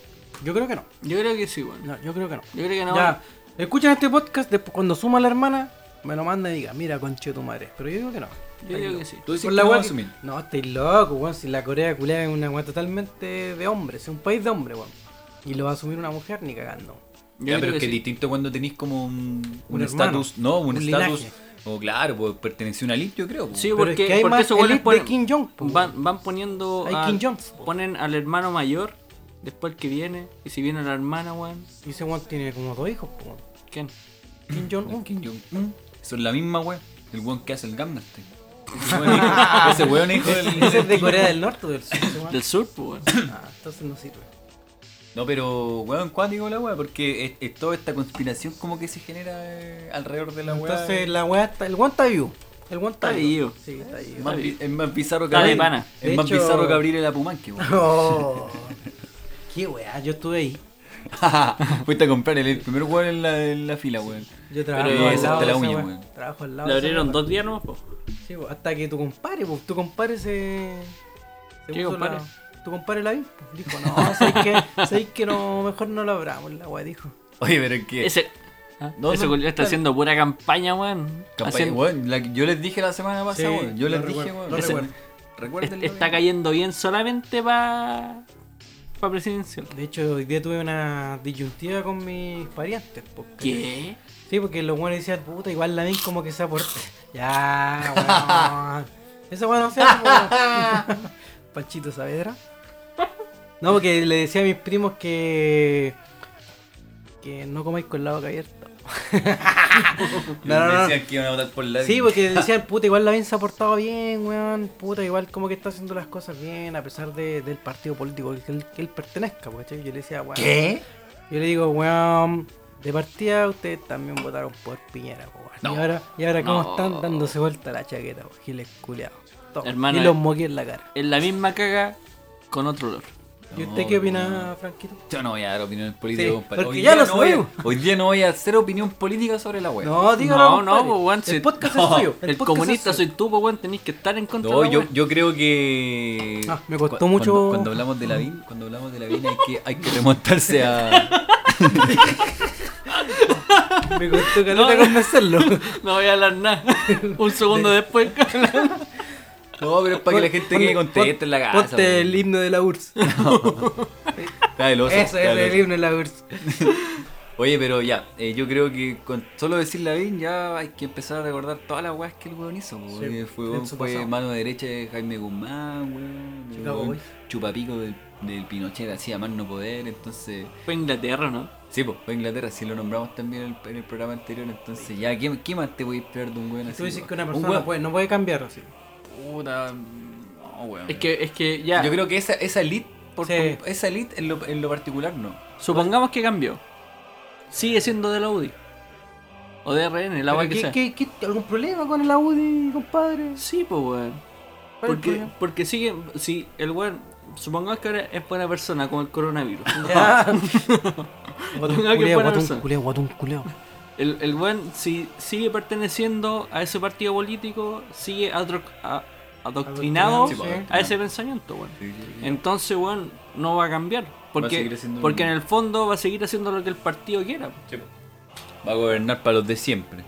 B: yo creo que no.
A: Yo creo que sí, weón.
B: No, yo creo que no.
A: Yo creo que no.
B: Ya, escuchan este podcast, después cuando suma la hermana, me lo manda y diga, mira conche tu madre. Pero yo digo que no.
A: Yo creo que sí.
C: Tú decís
B: Por
C: que
B: la
C: no va a
B: weá que-
C: asumir.
B: No, estáis loco, weón. Si la Corea culea es una weá totalmente de hombres, es un país de hombres, weón. Y lo va a asumir una mujer ni cagando.
A: Yo
C: Ya,
A: creo
C: pero es que
A: sí.
C: es distinto cuando tenéis como un un
B: Un hermano,
C: estatus, no, un
B: un
C: estatus,
B: linaje.
C: o claro, pues perteneció a una elite, yo creo. po.
A: Sí,
B: Pero
A: porque,
B: es que hay
A: porque
B: más
A: esos weones
B: elite
A: ponen-
B: de Kim Jong, po,
A: van, van poniendo.
B: Hay
A: a-
B: Kim Jongs, po.
A: Ponen al hermano mayor, después el que viene, y si viene la hermana, weón.
B: Y ese weón tiene como dos hijos, po, weón.
A: ¿Quién?
B: Kim Jong-un.
C: Mm. Kim Jong-un. Son mm, la misma weón, el weón que hace el Gangnam Style. El weón hijo- Ese weón hijo
B: Ese es
C: del...
B: de Corea del Norte o del Sur, ese weón.
A: Del sur, pues, weón.
B: Ah, entonces no sirve.
C: No, pero weón, cuático la weón, porque es, es toda esta conspiración como que se genera eh, alrededor de la weón.
B: Entonces la weá está. El weón está vivo. El weón está
A: Está
B: vivo.
A: vivo.
B: Sí, está vivo.
C: Más bi- es más bizarro que
A: Está de
C: Abril-
A: pana.
C: Es
B: De
C: más
B: hecho-
C: bizarro que abrir el apumanque, weón.
B: Oh, qué weá, yo estuve ahí.
C: Fuiste a comprar el, el primer weón en la, en la fila, weón.
B: Yo trabajo
A: Pero
B: al
A: esa
B: lado.
C: está
B: de
C: la
B: esa
C: uña,
B: weá.
C: weón.
B: Trabajo al lado.
A: Le
B: de esa
A: abrieron
B: weá.
A: dos días nomás, po.
B: Sí, pues, hasta que tu compadre, pues, tu compadre se. se
A: ¿Qué
B: puso
A: compadre?
B: la- tu compadre la vi, pues, dijo, no, sabéis que, sabéis que no, mejor no lo abramos, la weá dijo.
C: Oye, pero es que.
A: Ese. ¿Ah?
C: No,
A: Ese
C: no,
A: culiao está
C: claro.
A: haciendo pura campaña, weón.
C: Campaña,
A: Haciendo-
C: weón, la que yo les dije la semana pasada,
B: Sí,
C: weón. Yo
B: lo
C: les dije,
B: recuerdo,
C: weón.
B: lo
C: Ese-
B: recuerdo.
A: es-
C: Recuérdenlo
A: está
C: bien.
A: cayendo bien solamente para pa presidencial.
B: De hecho, hoy día tuve una disyuntiva con mis parientes. pues, Porque...
A: ¿Qué?
B: Sí, porque los buenos decían, puta, igual la misma como que se aporta. Ya, weón. Esa weón no se hace, weón. Panchito Saavedra. No, porque le decía a mis primos que. que no comáis con la boca abierta. no, no, no.
C: Decían que iban a votar por la
B: Sí, porque decían, puta, igual la Vince se ha portado bien, weón. Puta, igual como que está haciendo las cosas bien, a pesar de- del partido político que él, que él pertenezca, po, ¿cachai? Yo le decía, weón.
C: ¿Qué?
B: Yo le digo, weón, de partida ustedes también votaron por Piñera, po, weón. Y ahora, y ahora cómo
A: No.
B: están dándose vuelta la chaqueta, weón. Giles culiados. Todo.
A: Hermano,
B: y los
A: eh.
B: moqué en la cara.
A: Es la misma caga con otro olor.
B: ¿Y
C: No,
B: usted qué opina,
C: no.
B: Franquito?
C: Yo no voy a dar opinión política,
B: Sí,
C: compadre.
B: porque
C: Hoy
B: ya
C: día
B: lo
C: no voy a-
B: sabemos.
C: Hoy día no voy a hacer opinión política sobre la wea.
B: No, dígalo.
A: No, no,
B: compadre.
A: po, weón, si-
B: El podcast
A: no,
B: es suyo.
A: El,
B: podcast
A: comunista
B: es
A: soy
B: suyo.
A: tú, po, weón. Tenéis que estar en contra pues,
C: No,
A: de la
C: yo,
A: weá.
C: yo creo que.
B: Ah, me costó
C: Cu-
B: mucho-
C: Cuando, cuando hablamos de Lavín, cuando hablamos de Lavín hay que, hay que remontarse a.
B: Me costó caleta convencerlo.
A: No voy a hablar nada. Un segundo después.
C: No, pero es para que la gente quede
B: Ponte-
C: contenta en la casa.
B: Ponte el himno de la URSS.
C: Está el oso,
B: Eso
C: está
B: es
C: el
B: el
C: oso.
B: himno de la URSS.
C: Oye, pero ya, eh, yo creo que con solo decir Lavín ya hay que empezar a recordar todas las weas que el weón hizo. po, porque fue,
B: en su
C: fue
B: pasado.
C: mano derecha de Jaime Guzmán, weón.
B: Chicago
C: weón,
B: Boys.
C: Chupapico del, del Pinochet, hacía más no poder, entonces.
A: Fue Inglaterra, ¿no?
C: Sí, pues fue Inglaterra, sí lo nombramos también en el, en el programa anterior, entonces ya, ¿qué, qué más te voy a esperar de un weón así?
B: Tú dices
C: po?
B: que una
C: Un
B: persona
C: weón-
B: no, puede, no puede cambiar así.
C: Puta, no, weón.
A: Es que, es que ya.
C: Yo creo que esa, esa elite, por-
B: Sí.
C: por- esa elite en lo, en lo particular no.
A: Supongamos que cambió. Sigue siendo de la UDI. O de RN, el agua
B: Pero
A: que
B: ¿qué-
A: sea.
B: qué- qué- ¿Algún problema con el Audi, compadre?
A: Sí, pues, weón.
B: ¿Cuál es el
A: Porque,
B: problema?
A: porque sigue. Si el weón. Supongamos que ahora es buena persona con el coronavirus.
B: Ya.
A: Guatón Tengo que culeo, guatón ponerse.
B: culeo, guatón culeo.
A: El, el weón, si sigue perteneciendo a ese partido político, sigue adro- a- adoctrinado
B: Adoctrinado,
C: sí.
A: a ese pensamiento, weón.
C: Sí, sí, sí.
A: Entonces, weón, no va a cambiar. Porque,
C: seguir haciendo
A: porque
C: lo
A: en
C: mismo.
A: el fondo va a seguir haciendo lo que el partido quiera.
C: Va a gobernar para los de siempre.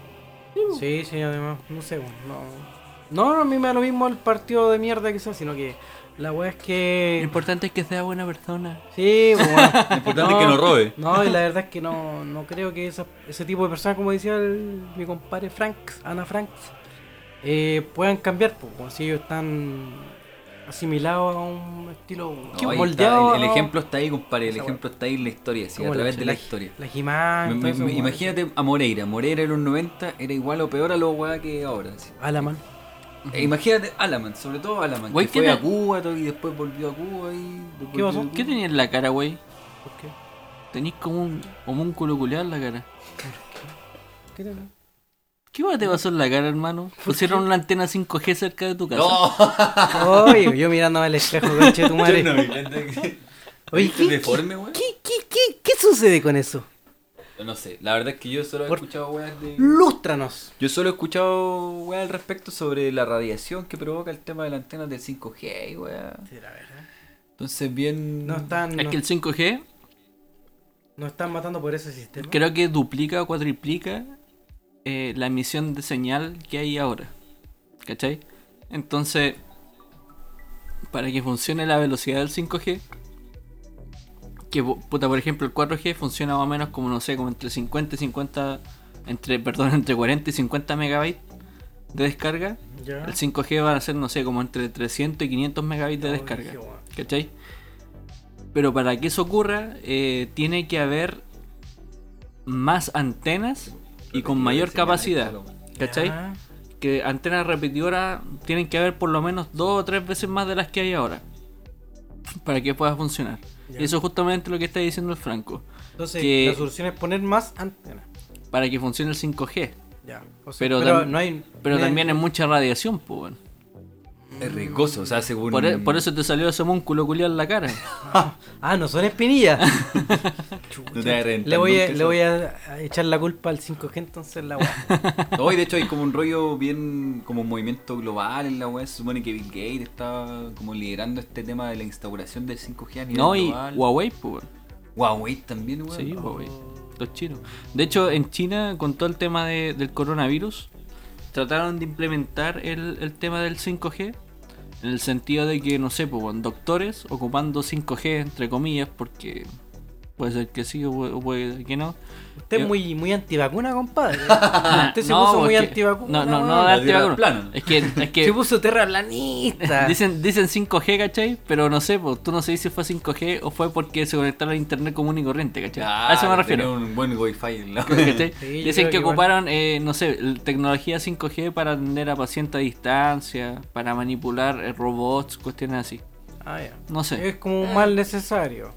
B: Sí, sí, además, no sé, bueno, no. No, no, a mí me da lo mismo el partido de mierda que sea, sino que la weá es
A: Lo
B: que.
A: importante es que sea buena persona.
B: Sí, pues, bueno. Lo
C: importante es que no robe.
B: No, y la verdad es que no, no creo que esa- ese tipo de personas, como decía el- mi compadre Frank, Ana Frank, eh, puedan cambiar, pues, como si ellos están asimilados a un estilo
C: No, ahí
B: moldeado.
C: está, el, el
B: a-
C: ejemplo está ahí, compadre. El
B: Esa
C: ejemplo está ahí en la historia, sí, a
B: como
C: través de la
B: la- Ah,
C: historia.
B: La Jimán,
C: Me- me- me- imagínate a Moreira. Moreira en los 90 era igual o peor a lo weá que ahora. sí.
B: A la mano.
C: E imagínate Alaman, sobre todo Alaman,
A: Güey,
C: que fue
A: ¿qué
C: a
A: te-
C: Cuba todo, y después volvió a Cuba y... volvió
B: pasó?
C: a Cuba.
A: ¿Qué tenía en la cara, wey?
B: ¿Por qué?
A: Tenís como un homúnculo culiado en la cara.
B: ¿Qué te-
A: ¿Qué va te pasó en la cara, hermano? Pusieron una antena 5G cerca de tu casa.
C: ¡No!
B: Oye, yo mirándome al espejo, conche tu madre.
C: Yo no, me-
B: Oye,
C: ¿Viste
B: ¿qué,
C: el deforme, güey?
B: qué, qué, qué, qué sucede con eso?
C: No sé, la verdad es que yo solo he
B: Por-
C: escuchado weas de...
A: Mm.
B: Lústranos.
C: Yo solo he escuchado weas al respecto sobre la radiación que provoca el tema de las antenas del 5G, wea. Entonces bien...
B: No están,
A: Es
B: no,
A: que el 5G
B: no están matando por ese sistema.
A: creo que duplica o cuadriplica eh, la emisión de señal que hay ahora. ¿Cachai? Entonces, para que funcione la velocidad del 5G, que pu- puta, por ejemplo, el 4G funciona más o menos como, no sé, como entre 50 y 50, entre, perdón, entre 40 y 50 megabytes de descarga.
B: Ya.
A: El 5G van a ser, no sé, como entre 300 y 500 megabytes de
B: Oh,
A: descarga.
B: brígido, weón.
A: ¿Cachai? Pero para que eso ocurra, eh, tiene que haber más antenas y con mayor capacidad. ¿Cachai?
B: Ya.
A: Que antenas repetidoras tienen que haber por lo menos dos o tres veces más de las que hay ahora. Para que pueda funcionar.
B: Ya.
A: Y eso es justamente lo que está diciendo el Franco.
B: Entonces,
A: que-
B: la solución es poner más antenas.
A: Para que funcione el 5G.
B: Ya. O sea,
A: Pero tam-
B: no hay.
A: Pero
B: no hay-
A: también es mucha radiación, pues bueno.
C: Es riesgoso, o sea, según...
A: Por, e- por eso te salió ese músculo culiado en la cara.
B: Ah, no son espinillas.
C: No te agarren
B: le voy, a,
C: nunca
B: le
C: eso.
B: voy a a echar la culpa al 5G, entonces la weá.
C: No, y de hecho hay como un rollo bien, como un movimiento global en la web. Se supone que Bill Gates está como liderando este tema de la instauración del 5G a nivel
A: No, y
C: global.
A: Huawei, pues.
C: Huawei también, weón. Oh,
A: Sí, Huawei. Los chinos. De hecho, en China, con todo el tema de- del coronavirus, trataron de implementar el, el tema del 5G. En el sentido de que, no sé, pues, weón, doctores ocupando 5G, entre comillas, porque puede ser que sí o puede, o puede que no.
B: Usted es
A: Yo-
B: muy, muy antivacuna, compadre. Usted se
A: No,
B: puso muy
A: porque- No,
B: antivacuna.
A: no, no,
B: weón.
C: la dio
A: antivacuna.
C: al plano.
A: Es que, es que
B: Se puso terraplanista.
A: Dicen, dicen 5G, ¿cachai? Pero no sé, pues, tú no sé si fue 5G o fue porque se conectaron a internet común y corriente, ¿cachai? a eso me refiero.
C: Tenía un buen wifi en la-
A: ¿cachai?
B: Sí,
A: dicen
B: yo creo
A: que este
B: que igual.
A: ocuparon, eh, no sé, el- tecnología 5G para atender a pacientes a distancia, para manipular eh, robots, cuestiones así.
B: Ah, ya.
A: No sé.
B: Es como un mal necesario.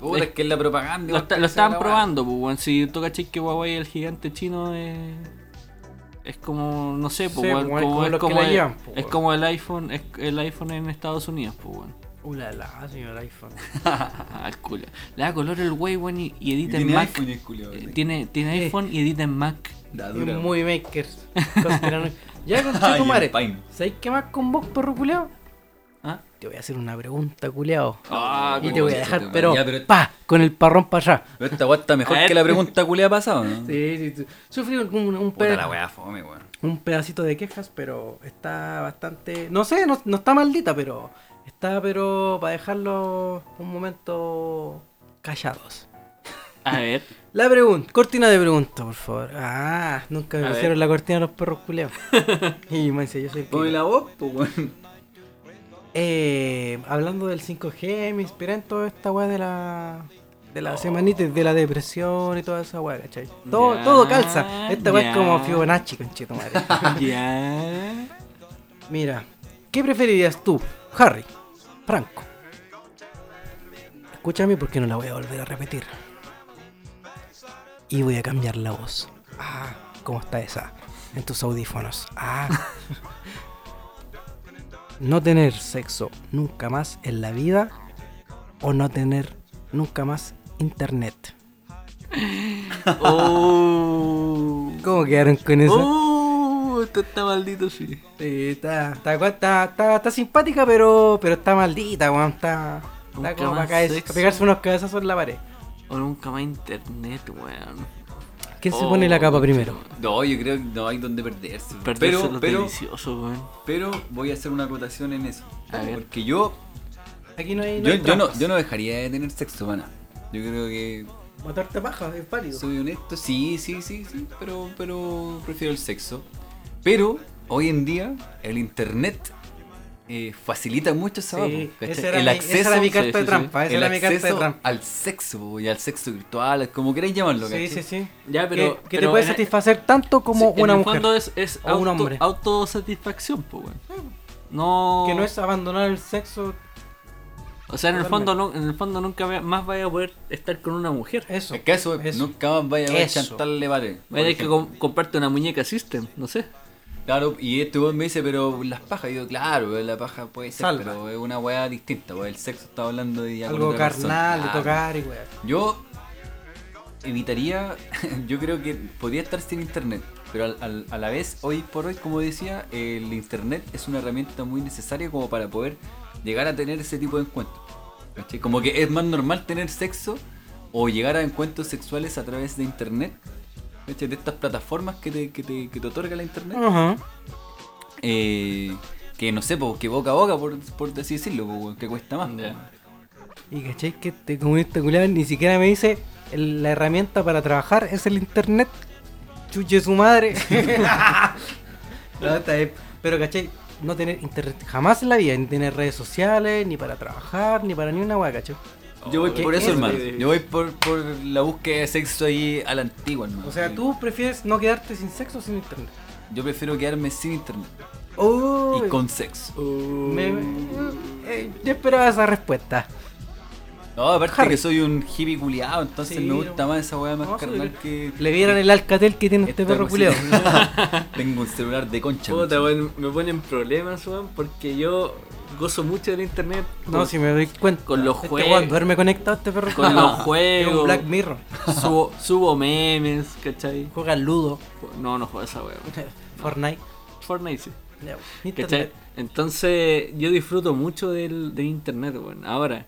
C: Puta, es que es la propaganda.
A: Lo,
C: igual
A: está-
C: que
A: lo
C: hace la
A: estaban
C: weá.
A: probando, pues, weón. Si tú cachai que Huawei, el gigante chino, eh, es como, no sé,
B: Sí,
A: pues, weón,
B: pues, weón,
A: como-
B: como
A: es
B: los que
A: como
B: la
A: el-
B: llevan, pues,
A: es
B: weón.
A: como el iPhone, es el iPhone en Estados Unidos, pues, weón.
B: Ulala, Uh, señor iPhone.
A: Ah, el culo. Le da color el wey, weón, y, y
C: Y
A: edita en
C: tiene
A: Mac.
C: iPhone y es culiao,
A: Eh,
C: ¿sí?
A: tiene, tiene iPhone y edita en Mac.
C: Da
B: Es
C: dura, weón.
B: muy makers. Conspirano- ya
C: Ay,
B: con tu madre.
C: el pain.
B: ¿Sabes qué más con vos, perro culeado?
A: ¿Ah?
B: Te voy a hacer una pregunta, culeado.
A: Ah,
B: y te
C: como
B: voy a
C: concha
B: dejar,
C: tu madre.
B: pero,
C: Ya, pero-
B: pa, con el parrón para allá.
C: Pero esta weá está
A: A
C: mejor
A: ver.
C: que la pregunta culia pasada, ¿no?
B: Sí, sí, sí. Sufrí un, un- un
C: Puta
B: pe-
C: la weá fome, weón.
B: un pedacito de quejas, pero está bastante. No sé, no, no está maldita, pero está, pero para dejarlo un momento callados.
A: A ver,
B: La pregunta, cortina de pregunta, por favor. Ah, nunca me
A: A
B: pusieron
A: ver.
B: la cortina de los perros culeados. y me dice, yo soy el
C: Pone
B: que-
C: la voz, po, weón.
B: Eh, hablando del 5G, me inspiré en toda esta weá de la. De la semanita, de la depresión y toda esa weá, ¿cachai? Todo,
A: Ya,
B: todo calza. Esta weá
A: ya.
B: es como Fibonacci, conchito madre.
A: Ah, ya.
B: Mira, ¿qué preferirías tú, Harry? Franco. Escúchame porque no la voy a volver a repetir. Y voy a cambiar la voz. Ah, ¿cómo está esa? En tus audífonos. Ah. no tener sexo nunca más en la vida o no tener nunca más internet.
A: Oh.
B: ¿Cómo quedaron con
A: Uh,
B: eso?
A: Oh, esto está maldito, sí.
B: Sí, está, está, está, está- está simpática, pero, pero está maldita, weón. Está, está
A: Nunca
B: como para,
A: más
B: caer-
A: sexo.
B: para pegarse unos cabezazos en la pared.
A: O nunca más internet, weón.
B: ¿Quién se
A: Oh,
B: pone la capa primero?
C: No, yo creo que no hay donde perderse.
A: Perderse
C: Pero,
A: lo
C: pero,
A: delicioso, weón.
C: pero voy a hacer una acotación en eso.
A: A ver.
C: Porque yo,
B: Aquí no hay.
C: yo, yo no, yo no dejaría de tener sexo, pana. Yo creo que
B: Matarte paja, es válido.
C: soy honesto. Sí, sí, sí, sí. Pero, pero prefiero el sexo. Pero hoy en día el internet eh, facilita mucho esa
B: Sí,
C: vapa, ¿cachai?
B: esa era
C: el
B: mi-
C: acceso,
B: esa era mi carta
A: sí,
B: de
A: sí,
B: trampa. Esa
C: el
B: era mi carta de
C: acceso
B: trampa.
C: al sexo y al sexo virtual, como queráis llamarlo.
B: Sí,
C: ¿cachai?
B: sí, sí.
A: Ya, pero-
B: Que, que te
A: pero
B: puede
A: en-
B: satisfacer tanto como
A: Sí,
B: una
A: en el
B: mujer.
A: fondo es, es
B: o un
A: auto-
B: hombre.
A: autosatisfacción, pues, weón. No.
B: Que no es abandonar el sexo,
A: O sea, en el,
B: Totalmente.
A: fondo, no- en el fondo nunca vea- más vaya a poder estar con una mujer.
B: eso.
C: Es que eso, es,
B: eso.
C: nunca más vaya a ver
B: Eso.
C: chantarle vale. por
A: Vaya que
C: ejemplo.
A: com- comparte una muñeca System, no sé.
C: Claro, y este weón me dice, pero las pajas, yo digo, claro, la paja puede ser,
B: Salva.
C: pero es una weá distinta, weón. el sexo está hablando de ya con
B: Algo
C: otra Ah, persona.
B: carnal, de
C: Claro.
B: tocar y weón.
C: Yo evitaría, yo creo que podría estar sin internet, pero al- al- a la vez, hoy por hoy, como decía, el internet es una herramienta muy necesaria como para poder llegar a tener ese tipo de encuentros. ¿cachai? Como que es más normal tener sexo o llegar a encuentros sexuales a través de internet, ¿cachai? de estas plataformas que te, que te- que te otorga la internet.
B: Ajá.
C: Eh, que no sé, po, que boca a boca, por, por así decirlo, po, weón, que cuesta más. po.
A: Ya.
B: Y caché que este comunista culiao ni siquiera me dice el- la herramienta para trabajar es el internet. Chuche su madre. No, está bien. Pero caché, no tener internet jamás en la vida, ni tener redes sociales, ni para trabajar, ni para ni una hueá, caché.
C: Yo voy
A: Oh,
C: por
A: qué
C: eso, hermano.
A: difícil.
C: Yo voy por, por la búsqueda de sexo ahí a la antigua, hermano.
B: O sea, tú prefieres no quedarte sin sexo o sin internet.
C: Yo prefiero quedarme sin internet
B: Oh,
C: y con sexo.
B: me- eh, yo esperaba esa respuesta.
C: No, aparte
B: Harry.
C: que soy un hippie culiado, entonces
B: Sí,
C: me gusta
B: no.
C: más esa weá más
B: No, sí,
C: carnal que.
B: Le vieran el alcatel que tiene este
C: Esta
B: perro
C: cosita.
B: culiao.
C: Tengo un celular de concha.
A: Puta,
C: ¿no?
A: weón, me ponen problemas, weón, porque yo gozo mucho del internet.
B: No,
A: con-
B: si me doy cuenta.
A: Con los
B: Este
A: juegos.
B: weón duerme conectado este perro
A: Con
B: culiao.
A: los
B: Es
A: juegos.
B: un Black Mirror.
A: Subo, subo memes, ¿cachai?
B: Juega al Ludo,
A: No, no juego a esa weón.
B: Fortnite.
A: Fortnite sí.
B: Ya,
A: ¿Cachai?
B: Internet.
A: Entonces, yo disfruto mucho del, del internet, weón. Ahora,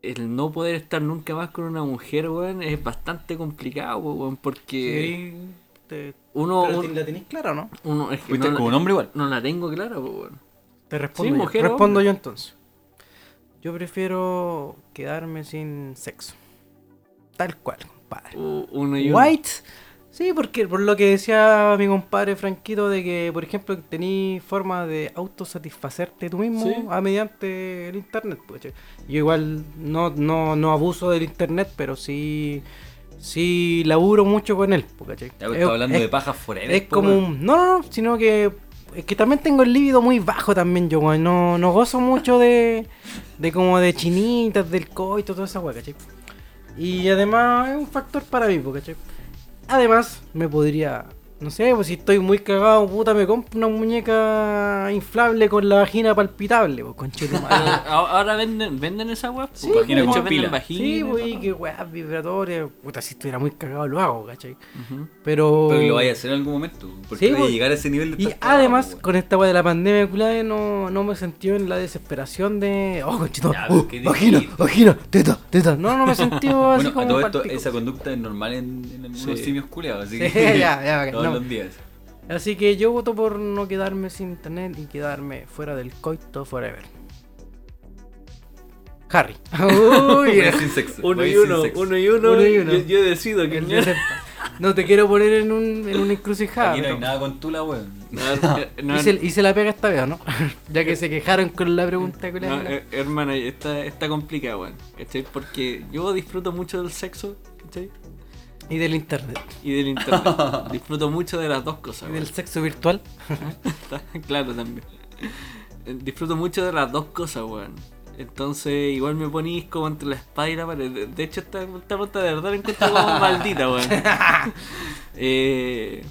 A: el no poder estar nunca más con una mujer, weón, es bastante complicado, weón, porque
B: Sí, te-
A: uno,
B: pero
A: un-
B: ¿La tenés clara o no?
A: uno es que
C: Fuiste
A: no,
C: como un
A: la,
C: hombre igual.
A: no la tengo clara, po, weón.
B: Te respondo, yo.
A: mujer o
B: respondo
A: hombre.
B: yo entonces. Yo prefiero quedarme sin sexo. Tal cual, compadre.
A: U- Uno y uno.
B: White. Sí, porque por lo que decía mi compadre Franquito de que, por ejemplo, tení forma de autosatisfacerte tú mismo
A: Sí.
B: a mediante el internet. pues, che. Yo igual no, no, no abuso del internet, pero sí, sí laburo mucho con él. pues, ¿cachai?
C: Ya, pero
B: Es-
C: está hablando
B: es-
C: de paja forever.
B: es
C: po,
B: como
C: weón.
B: un... No, no, no, sino que... Es que también tengo el líbido muy bajo también yo, weón. No, no gozo mucho de... De como de chinitas, del coito, toda esa weá, ¿cachai? Y además es un factor para mí, po, ¿cachai? Además, me podría... No sé, pues si estoy muy cagado, puta, me compro una muñeca inflable con la vagina palpitable, pues, conchetumadre.
A: Ah, Ahora venden, venden esa weá, po.
B: Sí, Vagina
A: De
C: con
A: hecho, venden
C: pila.
A: vaginas,
B: Sí, güey,
A: todo.
B: que weá, vibratoria. Puta, si estuviera muy cagado lo hago, ¿cachai?
A: Ujú.
B: Pero...
C: Pero lo vaya a hacer en algún momento. Porque
B: Sí,
C: voy a
B: weón.
C: llegar a ese nivel de
B: Y
C: estar cagado,
B: además,
C: weón.
B: con esta weá de la pandemia, culade, no, no me sentí en la desesperación de. Oh, conchito,
C: Ya,
B: uh,
C: qué
B: vagina,
C: difícil.
B: vagina, teta, teta. No, no me sentí así
C: Bueno,
B: como.
C: a todo
B: pa'l
C: esto,
B: pico.
C: esa conducta es normal en, en algunos
A: Sí.
C: simios culeados. Así
B: Sí,
C: que
B: ya, ya, ok,
C: todos
B: no.
C: los días.
B: Así que yo voto por no quedarme sin internet y quedarme fuera del coito forever. Harry. Uy,
C: Voy sin sexo.
A: Uno
C: voy
A: y
C: sin
A: uno,
C: sexo.
A: uno y uno.
B: Uno y uno.
A: Yo, yo decido que
B: el de- no te quiero poner en, un, en una encrucijada.
C: Aquí no hay
B: pero-
C: nada con tula, weón.
A: No, eh, no,
B: hice, hice la pega esta vez, ¿o ¿no? ya que se quejaron con la pregunta,
A: No,
B: culada.
A: eh, hermana, está, está complicado, weón. ¿Cachai? Porque yo disfruto mucho del sexo, ¿cachai?
B: y del internet.
A: Y del internet. disfruto mucho de las dos cosas,
B: Y
A: weón.
B: del sexo virtual.
A: claro, también. Eh, Disfruto mucho de las dos cosas, weón. Entonces, igual me ponís como entre la espada y la pared. De- De hecho, esta, esta pregunta de verdad la encuentro como maldita, weón. Eh,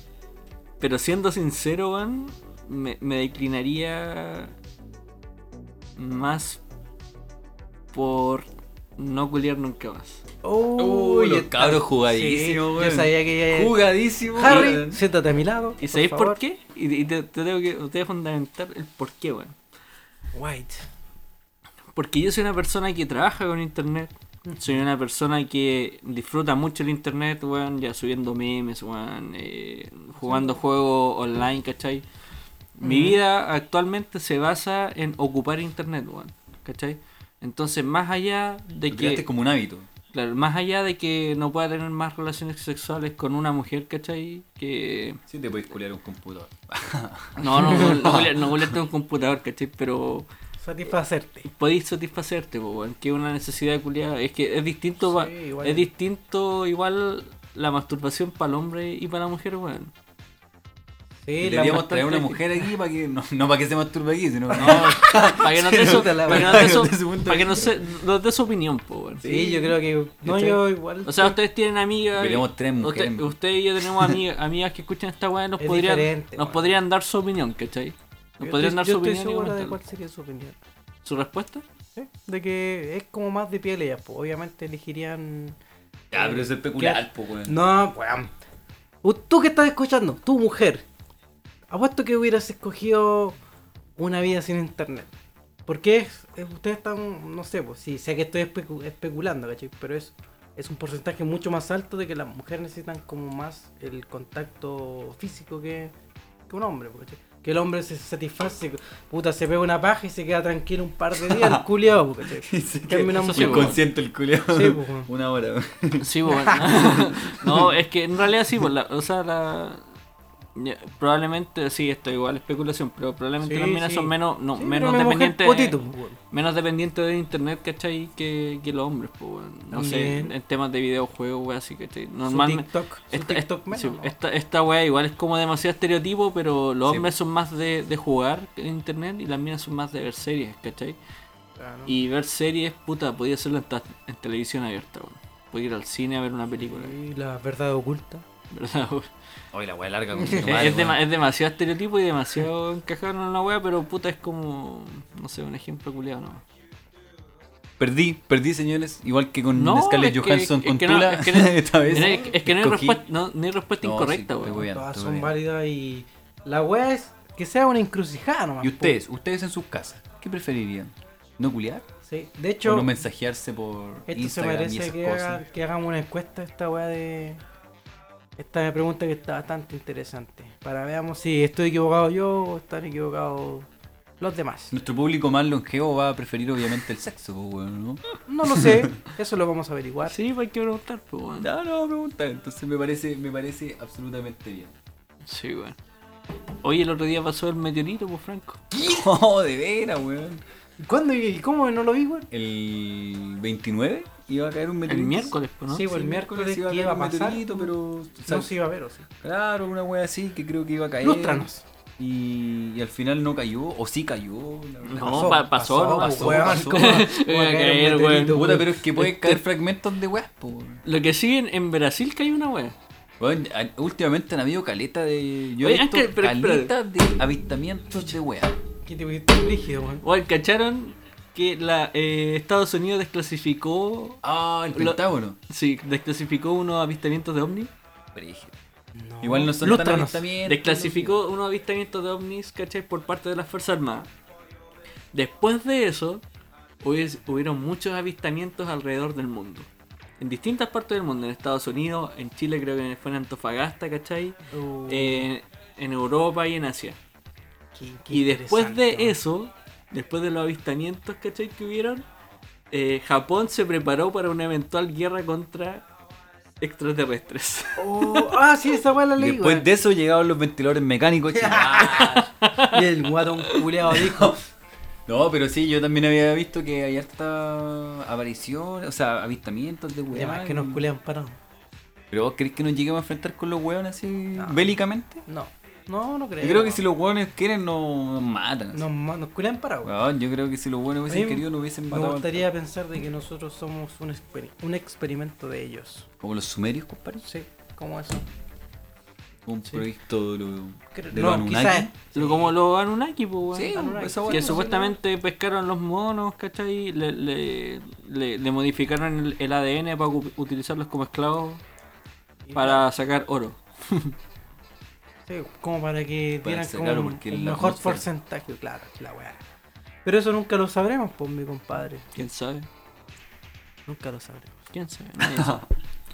A: pero siendo sincero, weón, me, me declinaría más por no culiar nunca más.
C: Uy, los
B: está-
C: cabros jugadísimos,
B: Sí,
C: weón.
B: Yo sabía que ya
C: Jugadísimo.
B: Harry,
C: weón.
B: siéntate a mi lado.
A: ¿Y sabéis por
B: favor.
A: qué? Y, y te, te tengo que te voy a fundamentar el por qué, weón.
B: White.
A: Porque yo soy una persona que trabaja con internet. Soy una persona que disfruta mucho el internet, weón, ya subiendo memes, weón, eh, jugando juegos online, ¿cachai? Mi vida actualmente se basa en ocupar internet, weón, ¿cachai? Entonces, más allá de
C: Lo creaste
A: que...
C: como un hábito.
A: claro, más allá de que no pueda tener más relaciones sexuales con una mujer, ¿cachai? Que...
C: Sí, te podéis culear un computador.
A: No, no, no, no, no, un computador, ¿cachai? Pero...
B: Satisfacerte.
A: podéis satisfacerte, po, weón, que es una necesidad culiada. Es que es distinto,
B: Sí,
A: pa-
B: igual.
A: es distinto igual la masturbación para el hombre y para la mujer, weón.
B: Sí, la
C: Deberíamos traer una
B: bastante-
C: mujer aquí para que. No, no para que se masturbe aquí, sino. No,
A: Para que nos dé
C: Sí,
A: su,
C: no,
A: para que nos
C: para
A: dé
C: que
A: su-
C: nos dé su punto
A: para que
C: de
A: nos se- nos dé su opinión, po, weón.
B: Sí, yo creo que. No,
A: ¿Cachai?
B: yo igual.
A: O sea, ustedes tienen amigas.
C: Deberíamos traer mujeres,
A: Usted,
C: weón.
A: usted y yo tenemos amigas, amigas que escuchan esta weá, nos,
B: Es
A: podrían,
B: diferente,
A: nos
B: weón.
A: podrían dar su opinión, ¿cachai? Nos
B: Yo
A: podrían
B: estoy-
A: dar
B: yo
A: su
B: estoy
A: opinión. y
B: seguro de
A: comentarla.
B: cuál sería su opinión.
A: ¿Su respuesta?
B: ¿Sí? De que es como más de piel ellas, pues obviamente elegirían. eh,
C: Ya, pero eso es especular, po, weón.
B: No, weón. U- Tú que estás escuchando, tu mujer. Apuesto que hubieras escogido una vida sin internet. Porque es, es- ustedes están, no sé, pues, sí, sé que estoy especu- especulando, ¿cachai? Pero es, es un porcentaje mucho más alto de que las mujeres necesitan como más el contacto físico que, que un hombre, pues, ¿cachai? Que el hombre se satisface, puta, se pega una paja y se queda tranquilo un par de días, el culiao, pues, ¿cachay?
C: Y se
B: En
C: queda
B: cambio, una mujer-
C: Inconsciente el culeado.
B: Sí, po, weón.
C: Una hora, weón.
A: Sí, bueno. no, es que en realidad sí, pues, la- o sea, la- ya, probablemente, sí, esto igual es especulación, pero probablemente
B: Sí,
A: las minas
B: sí.
A: son menos, no,
B: Sí,
A: menos
B: pero una mujer
A: dependientes
B: potito, pues, weón.
A: menos dependientes de internet, ¿cachai? Que, que los hombres, pues, weón. no sé,
B: También.
A: en, en temas de videojuegos, weón, así, ¿cachai?
B: Su
A: Normalmente...
B: TikTok, su
A: Esta, esta,
B: TikTok menos,
A: sí,
B: ¿no?
A: esta, esta weá igual es como demasiado estereotipo, pero los
C: Sí,
A: hombres son más de, de jugar en internet y las minas son más de ver series, ¿cachai?
B: Ah, ¿no?
A: Y ver series, puta, podía hacerlo en, ta- en televisión abierta, weón. Podía ir al cine a ver una película.
B: Y la verdad oculta.
A: ¿verdad? weón?
C: Oye, la weá larga con
A: Es, es dema- es demasiado estereotipo y demasiado encajado en una wea, pero puta es como, no sé, un ejemplo culiado, ¿no?
C: Perdí, perdí, señores. Igual que con
A: No,
C: Scarlett
A: es que-
C: Johansson
A: es
C: con
A: que no,
C: Tula.
A: es que no-
C: esta vez.
A: Mira, Es, es que no hay,
C: escogí-
A: respuesta, no, no hay respuesta
C: No,
A: incorrecta,
C: sí,
A: weón.
C: voy a-
B: Todas
C: estoy
B: son
C: bien.
B: válidas y la wea es que sea una encrucijada nomás.
C: Y
B: po.
C: ustedes, ustedes en sus casas, ¿qué preferirían? ¿No culiar?
B: Sí. De
C: O
B: hecho,
C: no mensajearse por
B: esto se
C: Instagram y
B: merece
C: esas
B: que,
C: cosas.
B: haga- que hagamos una encuesta, esta weá de... Esta pregunta que está bastante interesante. Para veamos si estoy equivocado yo o están equivocados los demás.
C: Nuestro público más longevo va a preferir obviamente el sexo, pues, weón, ¿no?
B: No lo sé, eso lo vamos a averiguar.
A: Sí, pues hay que preguntar, pues, weón.
C: No, no, pregunta. Entonces me parece, me parece absolutamente bien.
A: Sí, weón. Oye, el otro día pasó el meteorito, pues, Franco.
C: No, de veras, weón.
B: ¿Cuándo y cómo no lo vi, weón?
C: El 29 iba a caer un meteorito.
A: El miércoles, pues, ¿no?
B: Sí, pues el miércoles
C: iba a
B: que
C: caer
B: iba a
C: un
B: pasar. pues.
C: meteorito, pero.
B: No se iba a ver, o sí.
C: Claro, una wea así que creo que iba a caer.
B: Lústranos.
C: Y, y al final no cayó, o sí cayó. la verdad.
A: No, pa- pasó, no pasó,
B: weón.
C: pasó.
B: ¿Cómo va-
A: Iba
B: cómo va
A: a
B: a
A: caer,
B: caer un
A: weón.
B: meteorito,
C: Puta,
B: weón?
C: pero es que pueden
A: este-
C: caer fragmentos de weas, po.
A: Lo que sí, en, en Brasil que hay una wea.
C: Bueno, a- últimamente han habido caleta de. Yo he
A: Oye,
C: visto
A: Ángel, pero espérate.
C: caleta de avistamientos de weas.
B: Que te pusiste brígido, weón.
A: Weón, ¿cacharon que la, eh, Estados Unidos desclasificó...
C: Ah, el
A: Lo-
C: Pentágono.
A: Sí, desclasificó unos avistamientos de ovnis.
C: Brígido. Igual no son tan
B: Lústranos.
C: avistamientos.
A: Desclasificó unos avistamientos de ovnis, ¿cachai? Por parte de las Fuerzas Armadas. Después de eso, hubies- hubieron muchos avistamientos alrededor del mundo. En distintas partes del mundo, en Estados Unidos, en Chile creo que fue en Antofagasta, ¿cachai?
B: Oh,
A: Eh, en Europa y en Asia.
B: qué- qué
A: Y después
B: interesante,
A: de
B: weón.
A: eso, después de los avistamientos, ¿cachai? Que hubieron, eh, Japón se preparó para una eventual guerra contra extraterrestres.
B: Oh, ah, sí, esa weá la leí,
C: Después
B: weón.
C: de eso llegaban los ventiladores mecánicos. chilenos.
B: Y el guatón culeado dijo.
C: no, pero sí, yo también había visto que hay harta aparición, o sea, avistamientos de weas.
B: Además que nos culean parados.
C: Pero vos crees que nos lleguemos a enfrentar con los weones así
B: No.
C: bélicamente?
B: No, no, no creo.
C: Yo creo que si los hueones quieren no- nos matan.
B: Nos, ma- nos culean parados.
C: Weón, yo creo que si los hueones
B: A
C: hubiesen
B: mí
C: querido no hubiesen
B: Me
C: matado. al-
B: gustaría pensar de que nosotros somos un, exper- un experimento de ellos.
C: Como los sumerios, compadre.
B: Sí, como eso.
C: Un proyecto de lo,
B: Creo-
C: de
B: no,
C: lo Anunnaki.
B: quizás-
A: Lo Como los Anunnaki, pues, weón.
C: Sí,
B: Anunnaki.
C: esa
A: que
C: hueá.
A: supuestamente pescaron los monos, ¿cachai? Le, le, le, le modificaron el, el ADN para ocu- utilizarlos como esclavos para sacar oro.
B: Sí, como para que
C: Para
B: dieran
C: hacer,
B: como
C: claro,
B: un-
C: porque
B: un
C: la
B: mejor
C: atmósfera.
B: porcentaje, claro, la weá. Pero eso nunca lo sabremos, pues mi compadre.
A: ¿Quién sabe?
B: Nunca lo sabremos.
A: ¿Quién sabe? Nadie sabe.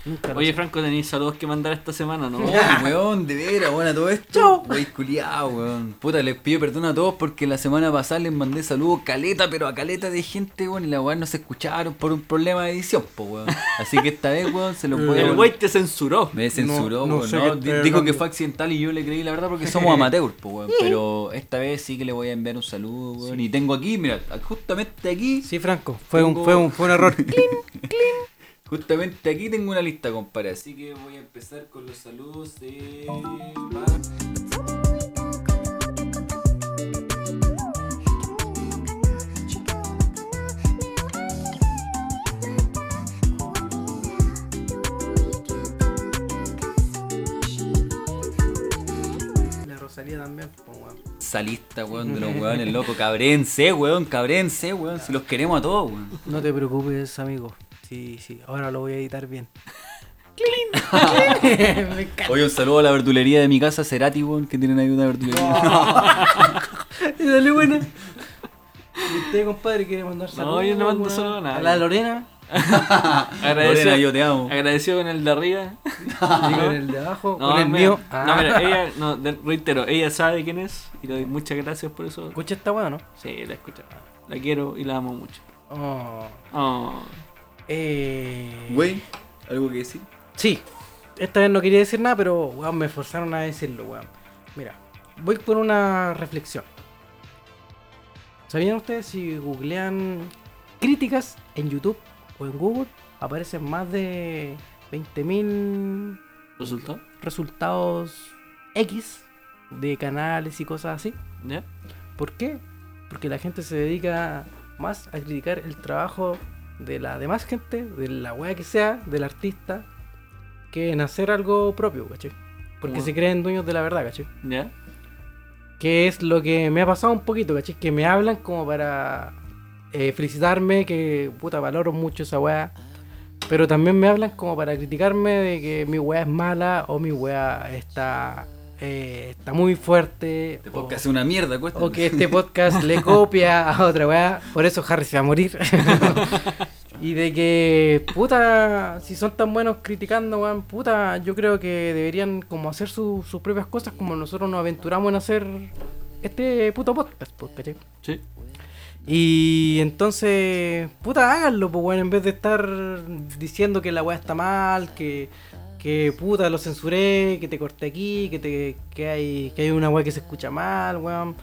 B: Nunca lo
A: Oye, Franco, tenéis saludos que mandar esta semana, ¿no?
C: Oye, weón, de veras, weón, a todo esto.
B: Chau.
C: Wey, culiao, weón. Puta, les pido perdón a todos porque la semana pasada les mandé saludos caleta, pero a caleta de gente, weón, y la weón no se escucharon por un problema de edición, po, weón. Así que esta vez, weón, se los voy a.
A: El güey te censuró.
C: Me censuró,
B: No- no
C: weón,
B: sé qué
C: no, di-
B: estoy
C: Dijo que
B: hablando.
C: fue accidental y yo le creí la verdad porque somos amateurs, po, weón. Pero esta vez sí que le voy a enviar un saludo, weón. Y tengo aquí, mira, justamente aquí,
B: sabremos. Sí, Franco, fue un,
C: Tengo-
B: fue un, fue un error. Clean.
C: justamente aquí tengo una lista, compadre. Así que voy a empezar con los saludos de.
B: la Rosalía también, pues weón.
C: salista, weón, de los weones, loco. Cabrense, weón, cabrense, weón. Si los queremos a todos, weón.
B: No te preocupes, amigo. Sí, sí, ahora lo voy a editar bien. Me encanta.
C: Oye, un saludo a la verdulería de mi casa, Cerati, weón, que tienen ahí una verdulería.
B: Dale buena. ¿Y usted, compadre, quiere mandar saludos?
A: yo no mando
B: weón?
A: saludos a nadie.
B: A la Lorena,
A: Agradecido,
C: Lorena, yo te amo.
A: agradecido con el de arriba.
B: con el de abajo,
A: No,
B: con el
A: mira,
B: mío. Ah.
A: No, mira, ella, no, de- reitero, ella sabe quién es y le doy muchas gracias por eso.
B: Escucha esta weá, ¿no?
A: Sí, la escucho. La quiero y la amo mucho.
B: Oh.
A: Oh.
B: Eh...
C: Wey, ¿algo que decir?
B: Sí, esta vez no quería decir nada, pero weón, me forzaron a decirlo, weón. Mira, voy por una reflexión. ¿Sabían ustedes si googlean críticas en YouTube o en Google? Aparecen más de 20.000
A: ¿Resultó?
B: resultados X de canales y cosas así.
A: ¿Ya?
B: ¿Por qué? Porque la gente se dedica más a criticar el trabajo de la demás gente, de la wea que sea, del artista, que en hacer algo propio, ¿cachai? Porque
A: Bueno.
B: se creen dueños de la verdad, ¿cachai?
A: ¿Ya?
B: Que es lo que me ha pasado un poquito, ¿cachai? Que me hablan como para eh, felicitarme, que puta, valoro mucho esa wea. Pero también me hablan como para criticarme de que mi wea es mala o mi wea está eh, está muy fuerte.
C: Este
B: o-
C: podcast es una mierda, cuesta.
B: o que Oh. este podcast le copia a otra weá, por eso Harry se va a morir. y de que, puta, si son tan buenos criticando, weón, puta, yo creo que deberían como hacer su- sus propias cosas como nosotros nos aventuramos en hacer este puto podcast, po, ¿cachai?
A: Sí.
B: Y entonces, puta, háganlo, pues, weón, en vez de estar diciendo que la weá está mal, que, que puta, lo censuré, que te corté aquí, que, te, que, hay, que hay una weá que se escucha mal, weón,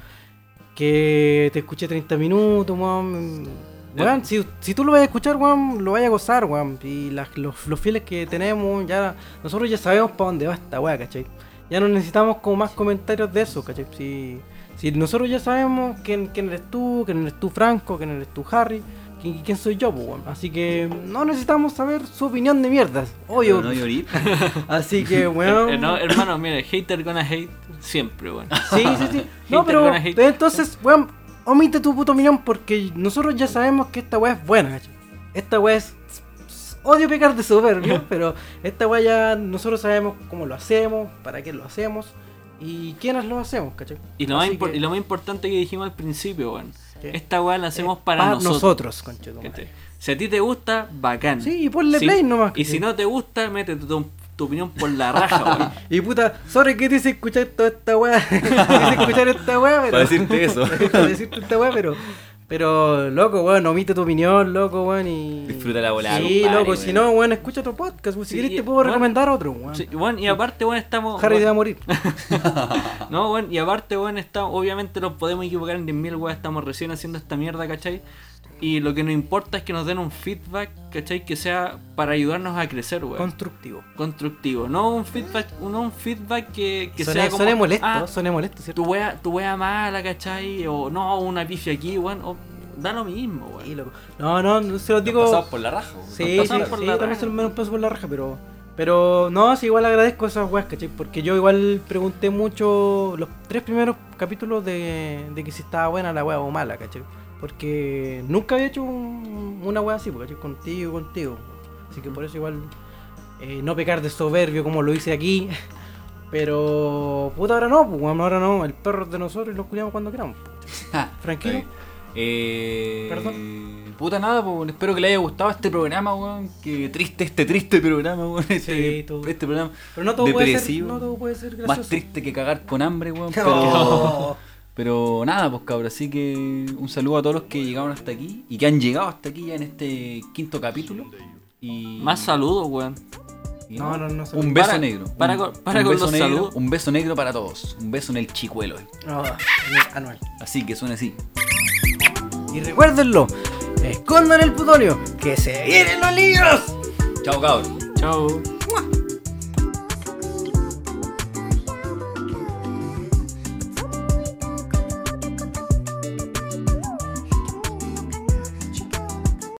B: que te escuché 30 minutos, weón. Weón, si, si tú lo vas a escuchar, weón, lo vas a gozar, weón. Y las- los, los fieles que tenemos, ya nosotros ya sabemos para dónde va esta weá, ¿cachai? Ya no necesitamos como más comentarios de eso, ¿cachai? Si, si nosotros ya sabemos quién, quién eres tú, quién eres tú Franco, quién eres tú Harry, quién, quién soy yo, pues, weón. Así que no necesitamos saber su opinión de mierdas. Obvio.
C: Pero no llorí.
B: Así que, weón.
A: Eh, no, hermano, mire, hater gonna hate siempre, bueno.
B: Sí, sí, sí. No,
A: Hater
B: pero
A: gonna hate.
B: entonces, weón, omite tu puto opinión porque nosotros ya sabemos que esta weá es buena, ¿cachai? Esta weá es. Odio pecar de soberbio, pero esta weá ya nosotros sabemos cómo lo hacemos, para qué lo hacemos y quiénes lo hacemos, ¿cachai?
A: Y lo, más
B: Así
A: impor-
B: que-
A: y lo más importante que dijimos al principio, bueno.
B: ¿Qué?
A: Esta weá la hacemos
B: eh,
A: para nosotros.
B: nosotros, conchetumare.
A: ¿Cachai? Si a ti te gusta, bacán.
B: Sí, y ponle
A: Si-
B: play nomás,
A: Y
B: ¿cachai?
A: si no te gusta, mete tu, tu opinión por la raja, weón.
B: Y puta, sorry que te hice escuchar toda esta weá. te hice escuchar esta weá, pero.
C: Para decirte eso.
B: para decirte esta weá, pero. Pero, loco, weón, omite tu opinión, loco, weón, y.
C: Disfruta la volada,
B: Sí,
C: compadre,
B: loco,
C: weón.
B: si no, weón, escucha otro podcast, weón. Si
A: Sí,
B: querés te puedo
A: weón.
B: recomendar otro, weón.
A: Sí, bueno, y aparte, bueno, estamos.
B: Harry te va a
A: bueno,
B: morir.
A: no, bueno, y aparte, bueno, estamos, obviamente nos podemos equivocar en 10.000 weas, estamos recién haciendo esta mierda, ¿cachai? Y lo que nos importa es que nos den un feedback, ¿cachai? Que sea para ayudarnos a crecer, weón.
B: Constructivo.
A: constructivo, no un feedback, no un feedback que, que
B: Suena,
A: sea como,
B: suena molesto,
A: ah,
B: suena molesto, ¿cierto?
A: tu wea, tu wea mala, ¿cachai? O no, una pifia aquí, weón, o- da lo mismo, weón.
B: Sí, loco. No, no, no se los digo.
C: Pasamos por la raja. weón.
B: Sí,
A: Nos
B: sí,
A: pasamos por
B: sí,
A: la
B: yo también
A: raja.
B: se lo menos paso por la raja, pero. Pero no, sí, igual agradezco esas weas, ¿cachai? Porque yo igual pregunté mucho los tres primeros capítulos de, de que si estaba buena la wea o mala, ¿cachai? Porque nunca había hecho un- una wea así, pues, ¿cachai? Contigo, contigo. Así que por eso igual eh, no pecar de soberbio como lo hice aquí. Pero puta, ahora no, pues, weón, ahora no. El perro es de nosotros y lo cuidamos cuando queramos.
C: Ah,
B: Tranquilo.
C: está bien. Eh,
B: Perdón.
C: Puta nada, po, weón. espero que le haya gustado este programa, weón. Que triste, este triste programa, weón. Este,
B: Sí, todo.
C: este programa.
B: Pero no todo, puede ser,
C: Depresivo.
B: no todo puede ser gracioso.
C: Más triste que cagar con hambre, weón. Pero,
B: Oh.
C: pero nada, pues cabrón. Así que un saludo a todos los que llegaron hasta aquí y que han llegado hasta aquí ya en este quinto capítulo. Y,
A: Más saludos, weón.
C: y
B: No, no, no,
C: Un beso
A: para-
C: negro.
A: para
C: un-
A: con- para
C: un
A: con
C: beso
A: los
C: negro,
A: saludos.
C: Un beso negro para todos. Un beso en el chicuelo. eh.
B: No, anual.
C: Así que suena así.
B: Y recuérdenlo, escondan el plutonio, que se vienen los libros.
C: Chao, cabrón.
A: Chao.